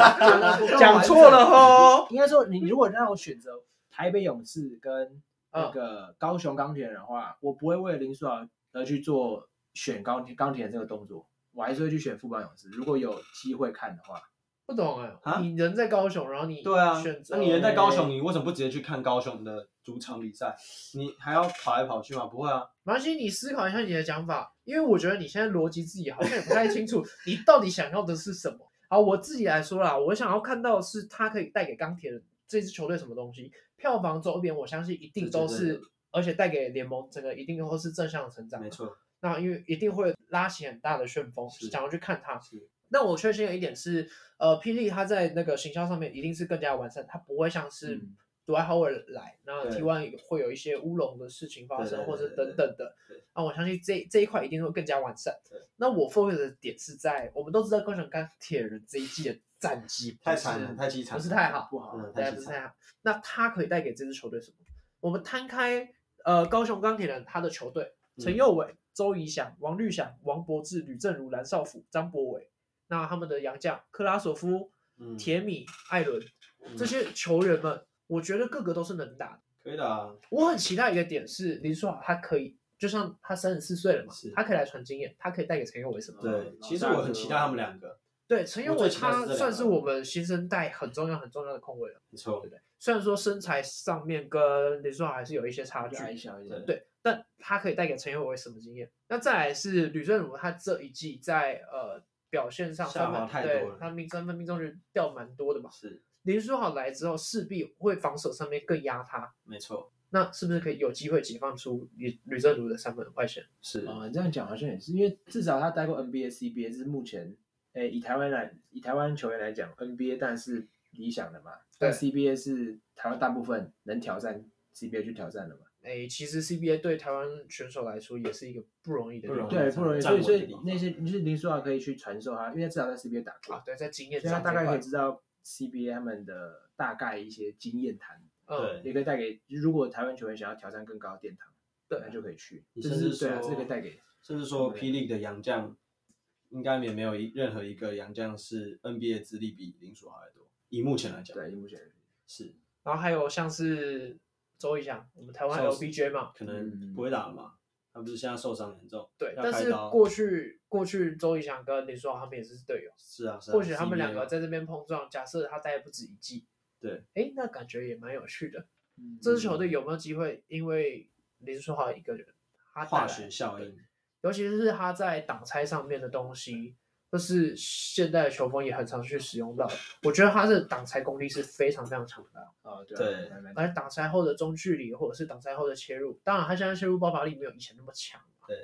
S3: 对讲
S2: 讲错了哦。
S3: 应该说，你如果让我选择台北勇士跟那
S2: 嗯
S3: 个高雄钢铁人的话，我不会为了林书豪而去做选钢铁钢铁人这个动作，我还是会去选富邦勇士。如果有机会看的话，
S2: 不懂哎、
S1: 啊
S2: 你人在高雄，然后你
S1: 对啊
S2: 选，择
S1: 那你人在高雄，你为什么不直接去看高雄的主场比赛？你还要跑来跑去吗？不会啊，
S2: 没关系，你思考一下你的讲法，因为我觉得你现在逻辑自己好像也不太清楚，你到底想要的是什么。好，我自己来说啦，我想要看到的是他可以带给钢铁人这支球队什么东西，票房周边我相信一定都
S1: 这绝对
S2: 是，而且带给联盟整个一定都是正向的成长
S1: 没。错，
S2: 那因为一定会拉起很大的旋风，
S1: 是
S2: 想要去看他。
S1: 是
S2: 那我确信的一点是，呃，霹雳他在那个行销上面一定是更加完善，他不会像是
S3: 嗯
S2: 独爱 Howard 来，那
S1: 对
S2: T One 会有一些乌龙的事情发
S1: 对
S2: 生，
S1: 对
S2: 或者
S1: 对对
S2: 等等的
S1: 对。
S2: 那我相信这这一块一定会更加完善
S1: 对。
S2: 那我 focus 的点是在，我们都知道高雄钢铁人这一季的战绩不
S1: 太
S2: 是
S1: 惨了，太凄惨，
S2: 不是太好，
S3: 不好
S1: 嗯，
S2: 对，
S1: 太
S2: 不
S1: 凄
S2: 是太
S1: 惨，
S2: 好。那他可以带给这支球队什么？我们摊开，呃，高雄钢铁人他的球队，陈
S1: 嗯
S2: 佑伟、周怡翔、王绿翔、王柏志、吕正如、蓝少辅、张博伟，那他们的洋将克拉索夫、
S1: 嗯，
S2: 铁米、艾伦这
S1: 嗯
S2: 些球员们，我觉得个个都是能打的。
S1: 可以的啊，
S2: 我很期待一个点是林书豪，他可以，就像他三十四岁了嘛
S1: 是，
S2: 他可以来传经验，他可以带给陈佑伟什么？
S1: 对，其实我很期待他们两个，
S2: 对，陈佑
S1: 我
S2: 伟
S1: 最期待是这
S2: 他
S1: 两个
S2: 算是我们新生代很重要很重要的控卫了。
S1: 没错，
S2: 虽然说身材上面跟林书豪还是有一些差距，
S3: 矮小一点，
S1: 对
S2: 对，但他可以带给陈友伟什么经验？那再来是吕正如，他这一季在呃表现上
S1: 下
S2: 三
S1: 滑
S2: 分，
S1: 太
S2: 对
S1: 多了
S2: 他命三分命中率掉蛮多的嘛。
S1: 是
S2: 林书豪来之后，势必会防守上面更压他，
S1: 没错，
S2: 那是不是可以有机会解放出吕吕正如的三分外线？
S1: 是
S2: 哦
S3: 啊、这样讲好像也是，因为至少他待过 NBA、CBA，是目前，诶，以台湾来，以台湾球员来讲，NBA 当然是理想的嘛，但
S2: 对
S3: CBA 是台湾大部分能挑战 CBA 去挑战的嘛，
S2: 哎，其实 CBA 对台湾选手来说也是一个不容易的地方，
S1: 不容
S3: 对，
S1: 易
S3: 不容易，
S1: 站
S3: 所以所
S1: 稳的
S3: 以
S1: 地方
S3: 那些就是林书豪可以去传授他，因为他至少在 CBA 打过，
S2: 啊，对，在经验
S3: 所以他
S2: 上
S3: 大
S2: 这
S3: 概可
S2: 块
S3: 以知道 CBA 他们的大概一些经验谈，
S2: 嗯，
S3: 也
S1: 对，
S3: 可以带给如果台湾球员想要挑战更高的殿堂，
S2: 对
S3: 那就可以去，
S1: 你
S3: 这
S1: 甚
S3: 是
S1: 至
S3: 对啊，
S1: 说
S3: 这个带给
S1: 甚至说霹雳的洋将，应该也没有一任何一个洋将是 NBA 资历比林书豪还多，以目前来讲，
S3: 对，目前
S1: 是
S2: 然后还有像是周一翔，我们台湾还
S1: 像
S2: 有
S1: 是
S2: BJ 嘛，
S1: 可能
S2: 嗯
S1: 不会打了嘛，他不是现在受伤严重，
S2: 对，
S1: 要
S2: 但
S1: 开
S2: 是
S1: 刀
S2: 过去过去周怡翔跟林书豪他们也是队友，
S1: 是啊，是啊
S2: 或许他们两
S1: CBA
S2: 个在这边碰撞，假设他待不止一季，
S1: 对，嗯
S2: 哎，那感觉也蛮有趣的。这支球队有没有机会？因为林书豪一个人，他带来
S1: 化学效应，
S2: 尤其是他在挡拆上面的东西，就是现代的球风也很常去使用到。我觉得他的挡拆功力是非常非常强的，
S3: 啊，
S1: 对
S3: 对啊，蛮蛮
S2: 而挡拆后的中距离或者是挡拆后的切入，当然他现在切入爆发力没有以前那么强，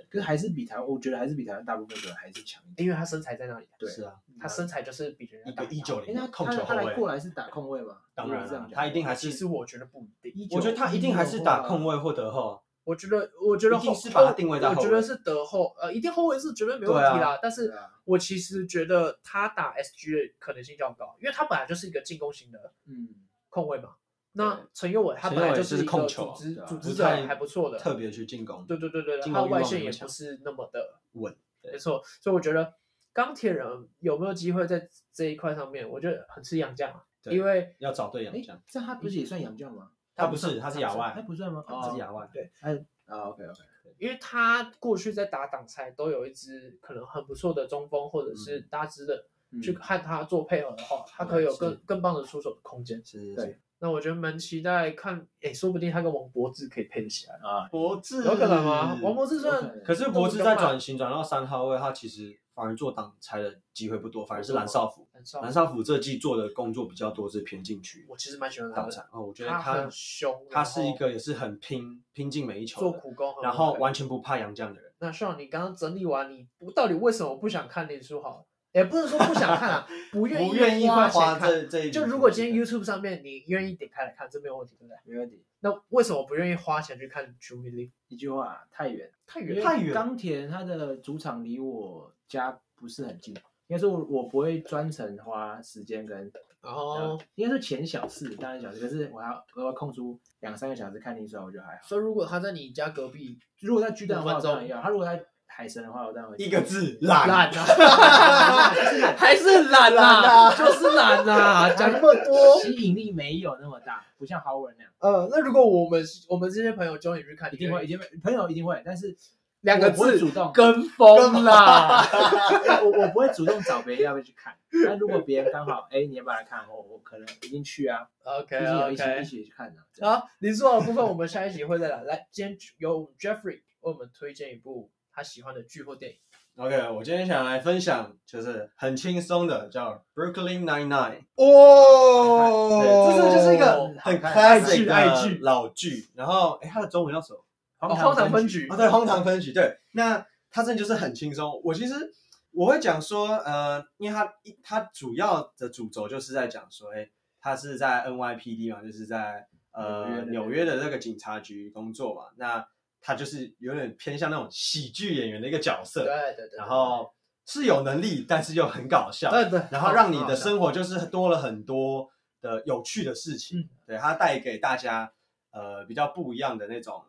S3: 可是还是比台湾，我觉得还是比台湾大部分球员还是强一点。
S2: 因为他身材在那里，
S3: 对
S1: 是啊，
S2: 他身材就是比人家
S1: 一个
S2: 大
S1: 一九
S3: 诶
S1: 零
S3: 那
S1: 控
S3: 他
S1: 球后
S3: 他来过
S1: 卫，
S3: 来是打控卫吗？
S1: 当
S3: 如果
S1: 然
S3: 是这
S1: 了
S2: 啊
S3: 样，讲
S1: 他一定还是
S2: 其实我觉得不一定，
S3: 19
S1: 我觉得他一定还是打控卫或得后，
S2: 我觉得我觉得
S1: 一定
S2: 后
S1: 是把他定位在
S2: 我
S1: 后
S2: 觉得
S1: 卫
S2: 是得后，呃，一定后卫是绝对没问题
S1: 对
S2: 啦。但是
S3: 对啊
S2: 我其实觉得他打 SG 的可能性较高，因为他本来就是一个进攻型的
S3: 嗯，
S2: 控卫嘛。那
S1: 对
S2: 陈佑伟他本来是一
S1: 陈佑
S2: 个
S1: 伟就是
S2: 组
S1: 控球
S2: 织
S3: 对啊
S2: 组织
S1: 不
S2: 者
S1: 太
S2: 还不错的，
S1: 特别去进攻，
S2: 对对对对，
S1: 进
S2: 他
S1: 攻欲望
S2: 外
S1: 没
S2: 线
S1: 那
S2: 也
S1: 么
S2: 不
S1: 强
S2: 是那么的
S1: 稳，对
S2: 没错，所以我觉得钢铁人有没有机会在这一块上面，我觉得很吃洋将啊，
S1: 对
S2: 因为
S1: 要找对洋
S3: 哎
S1: 将，，
S3: 这样他不是也算洋将吗？
S1: 他不是，他是亚
S3: 他
S1: 外，
S3: 不算吗？
S1: 他
S3: 哦
S1: 是，亚外，
S3: 啊，OK OK，
S2: 因为他过去在打挡拆都有一支可能很不错的中锋或者是
S1: 嗯
S3: 嗯
S2: 搭支的、去和他做配合的话，他可以有更更棒的出手的空间。
S1: 是
S3: 对，
S2: 那我觉得蛮期待看，哎，说不定他跟王柏志可以配得起来，
S3: 啊，
S1: 博智
S2: 有可能啊吗？王柏志虽
S3: 有可
S2: 然
S3: 能
S1: 可是博智在转型转到三号位，他其实反而做挡拆的机会不多，反而是蓝少辅。
S2: 很少
S1: 蓝，少辅这季做的工作比较多，是偏禁区
S2: 我其实蛮喜欢他
S1: 挡拆
S2: 的，。
S1: 哦，我觉得
S2: 他
S1: 他
S2: 很凶
S1: 他
S2: 然后
S1: 是一个也是很拼拼尽每一球的，
S2: 做苦哦工很
S1: 然后
S2: 会
S1: 完全不怕洋将的人。
S2: 那像你刚刚整理完，你不到底为什么不想看脸书好？也不是说不想看啊，不 愿
S1: 不愿意
S2: 花钱
S1: 花
S2: 看。
S1: 这这一笔
S2: 就
S1: 钱
S2: 如果今
S1: 去
S2: 天 YouTube 上面你愿意点开来看，这没有问题，对不对？
S3: 没问题。
S2: 那为什么不愿意花钱去看 j u b i l e
S3: 一句话，太远，
S2: 太
S3: 因
S2: 远
S3: 为
S2: 了，
S1: 太远
S3: 钢铁它的主场离我家不是很近，应该说我我不会专程花时间跟，
S2: 然后，
S1: 哦
S3: 应该说前小事，当然小事，可是我要我要空出两三个小时看你手，我觉得还好。
S2: 所以如果他在你家隔壁，
S3: 如果在巨蛋的话，
S2: 五
S3: 我
S2: 分钟
S3: 当然要；他如果在海神的话，我当然会
S1: 一个字
S2: 懒
S1: 懒。
S2: 啊， 还是懒
S1: 懒
S2: 啊，就是懒啊， 讲那么多。
S3: 吸引力没有那么大，不像豪文那样，
S2: 呃，那如果我们我们这些朋友揪你去看，
S3: 一定会，一定会，朋友一定会，但是
S2: 两个
S3: 我不会
S2: 字
S3: 主动，
S2: 跟风啦。
S3: 我我不会主动找别人要不要去看，但如果别人刚好，哎，你要不要来看？我我可能一定去啊，
S2: OK
S3: 毕竟有一起
S2: OK，
S3: 一起去看的。这样
S2: 好，林书豪的部分我们下一集会再来。来，今天由 Jeffrey 为我们推荐一部他喜欢的剧或电影。
S1: OK，我今天想来分享就是很轻松的，叫 Brooklyn Nine Nine。
S2: 哦
S1: 对，这是就是一个
S3: 哦
S1: 很
S3: 好看
S1: classic
S2: 爱剧
S1: 的老剧。然后，哎，它的中文叫什么？
S2: 荒唐分局
S1: 啊，对，荒唐分局，对，那它真的就是很轻松。我其实我会讲说，呃，因为它一它主要的主轴就是在讲说，哎，他是在 NYPD 嘛，就是在呃
S3: 纽
S1: 纽
S3: 约
S1: 约的这个警察局工作嘛，那他就是有点偏向那种喜剧演员的一个角
S2: 对
S1: 色，
S2: 对对。
S1: 然后是有能力，但是又很搞笑，
S2: 对对，
S1: 然后让你
S2: 好
S1: 的生活就是多了很多的有趣的事情，
S2: 嗯
S1: 对它带给大家呃比较不一样的那种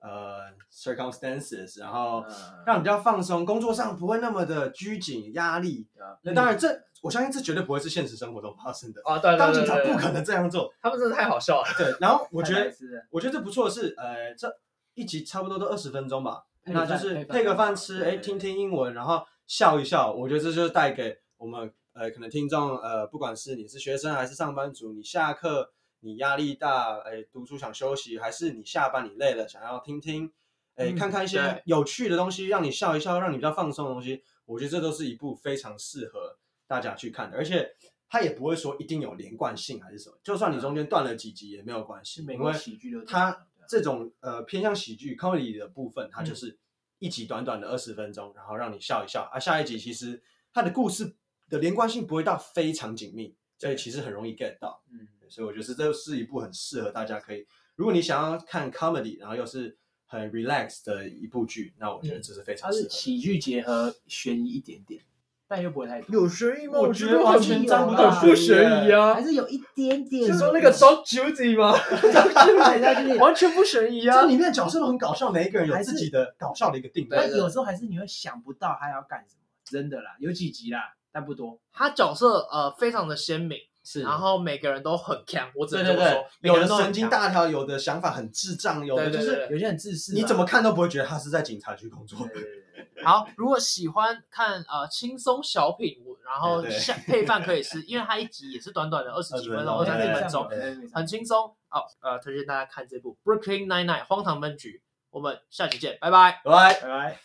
S1: 呃 circumstances，然后
S3: 嗯
S1: 让你比较放松，工作上不会那么的拘谨压力。
S3: 啊
S1: 那当然这，我相信这绝对不会是现实生活中发生的，
S2: 嗯啊，对对
S1: 当
S2: 对
S1: 警察
S2: 对，
S1: 不可能这样做。
S2: 他们真的太好笑了。
S1: 对，然后我觉
S3: 看
S1: 得
S3: 来是
S1: 我觉得这不错的是，呃，这一集差不多都二十分钟吧，
S3: 配个
S1: 那
S3: 饭
S1: 就是
S3: 配
S1: 配
S3: 个
S1: 个
S3: 饭啊
S1: 饭吃，
S3: 对
S1: 哎，听听英文，然后笑一笑。我觉得这就是带给我们呃，可能听众呃，不管是你是学生还是上班族，你下课你压力大，哎，读书想休息，还是你下班你累了想要听听，哎，
S2: 嗯
S1: 看看一
S2: 对
S1: 些有趣的东西，让你笑一笑，让你比较放松的东西。我觉得这都是一部非常适合大家去看的，而且。它也不会说一定有连贯性还是什么，就算你中间断了几集也没有关系，
S3: 啊是美
S1: 因
S3: 国
S1: 为
S3: 喜剧的，啊嗯
S1: 它这种呃偏向喜剧 comedy 的部分，它就是一集短短的二十分钟，然后让你笑一笑啊。下一集其实它的故事的连贯性不会到非常紧密，所以其实很容易 get 到。
S3: 嗯，
S1: 所以我觉得这是一部很适合大家可以，如果你想要看 comedy，然后又是很 relax 的一部剧，那我觉得这是非
S3: 它
S1: 常适合
S3: 是
S1: 的。
S3: 喜剧结合悬疑一点点，但又不会太多，
S2: 有悬疑吗？
S1: 我
S2: 觉
S1: 觉得完全
S2: 很
S1: 沾
S3: 不到
S2: 很不
S1: 悬疑
S2: 悬疑啊
S3: 还。是有一点点。
S2: 是说那个 Don Judy 吗？完全不悬疑啊
S1: 这！里面的角色都很搞笑，每一个人有
S3: 还是
S1: 自己的搞笑的一个定
S2: 对
S1: 位。
S3: 但有时候还是你会想不到他要干什么，真的啦，有几集啦，但不多。
S2: 他角色呃非常的鲜明，
S1: 是
S2: 然后每个人都很强，我只
S1: 对
S2: 能这
S1: 对
S2: 么
S1: 对
S2: 说，，每
S1: 有的
S2: 个人都很
S1: 神经
S2: 强，
S1: 大条，有的想法很智障，有的
S2: 对
S1: 就
S2: 对
S1: 是
S2: 对对
S3: 有些人自私嘛，
S1: 你怎么看都不会觉得他是在警察局工作
S3: 对？。对对对
S2: 好，如果喜欢看呃轻松小品，我然后
S1: 对对
S2: 下 配饭可以吃，因为它一集也是短短的二十几分钟、
S1: 20
S2: 二
S1: 分钟
S2: 三
S1: 啊对
S2: 十
S1: 对
S2: 分钟，
S1: 对
S2: 很轻松。好，呃，推荐大家看这部《Brooklyn Nine Nine》荒唐分局。我们下期见，拜拜。
S1: 来，
S3: 拜拜。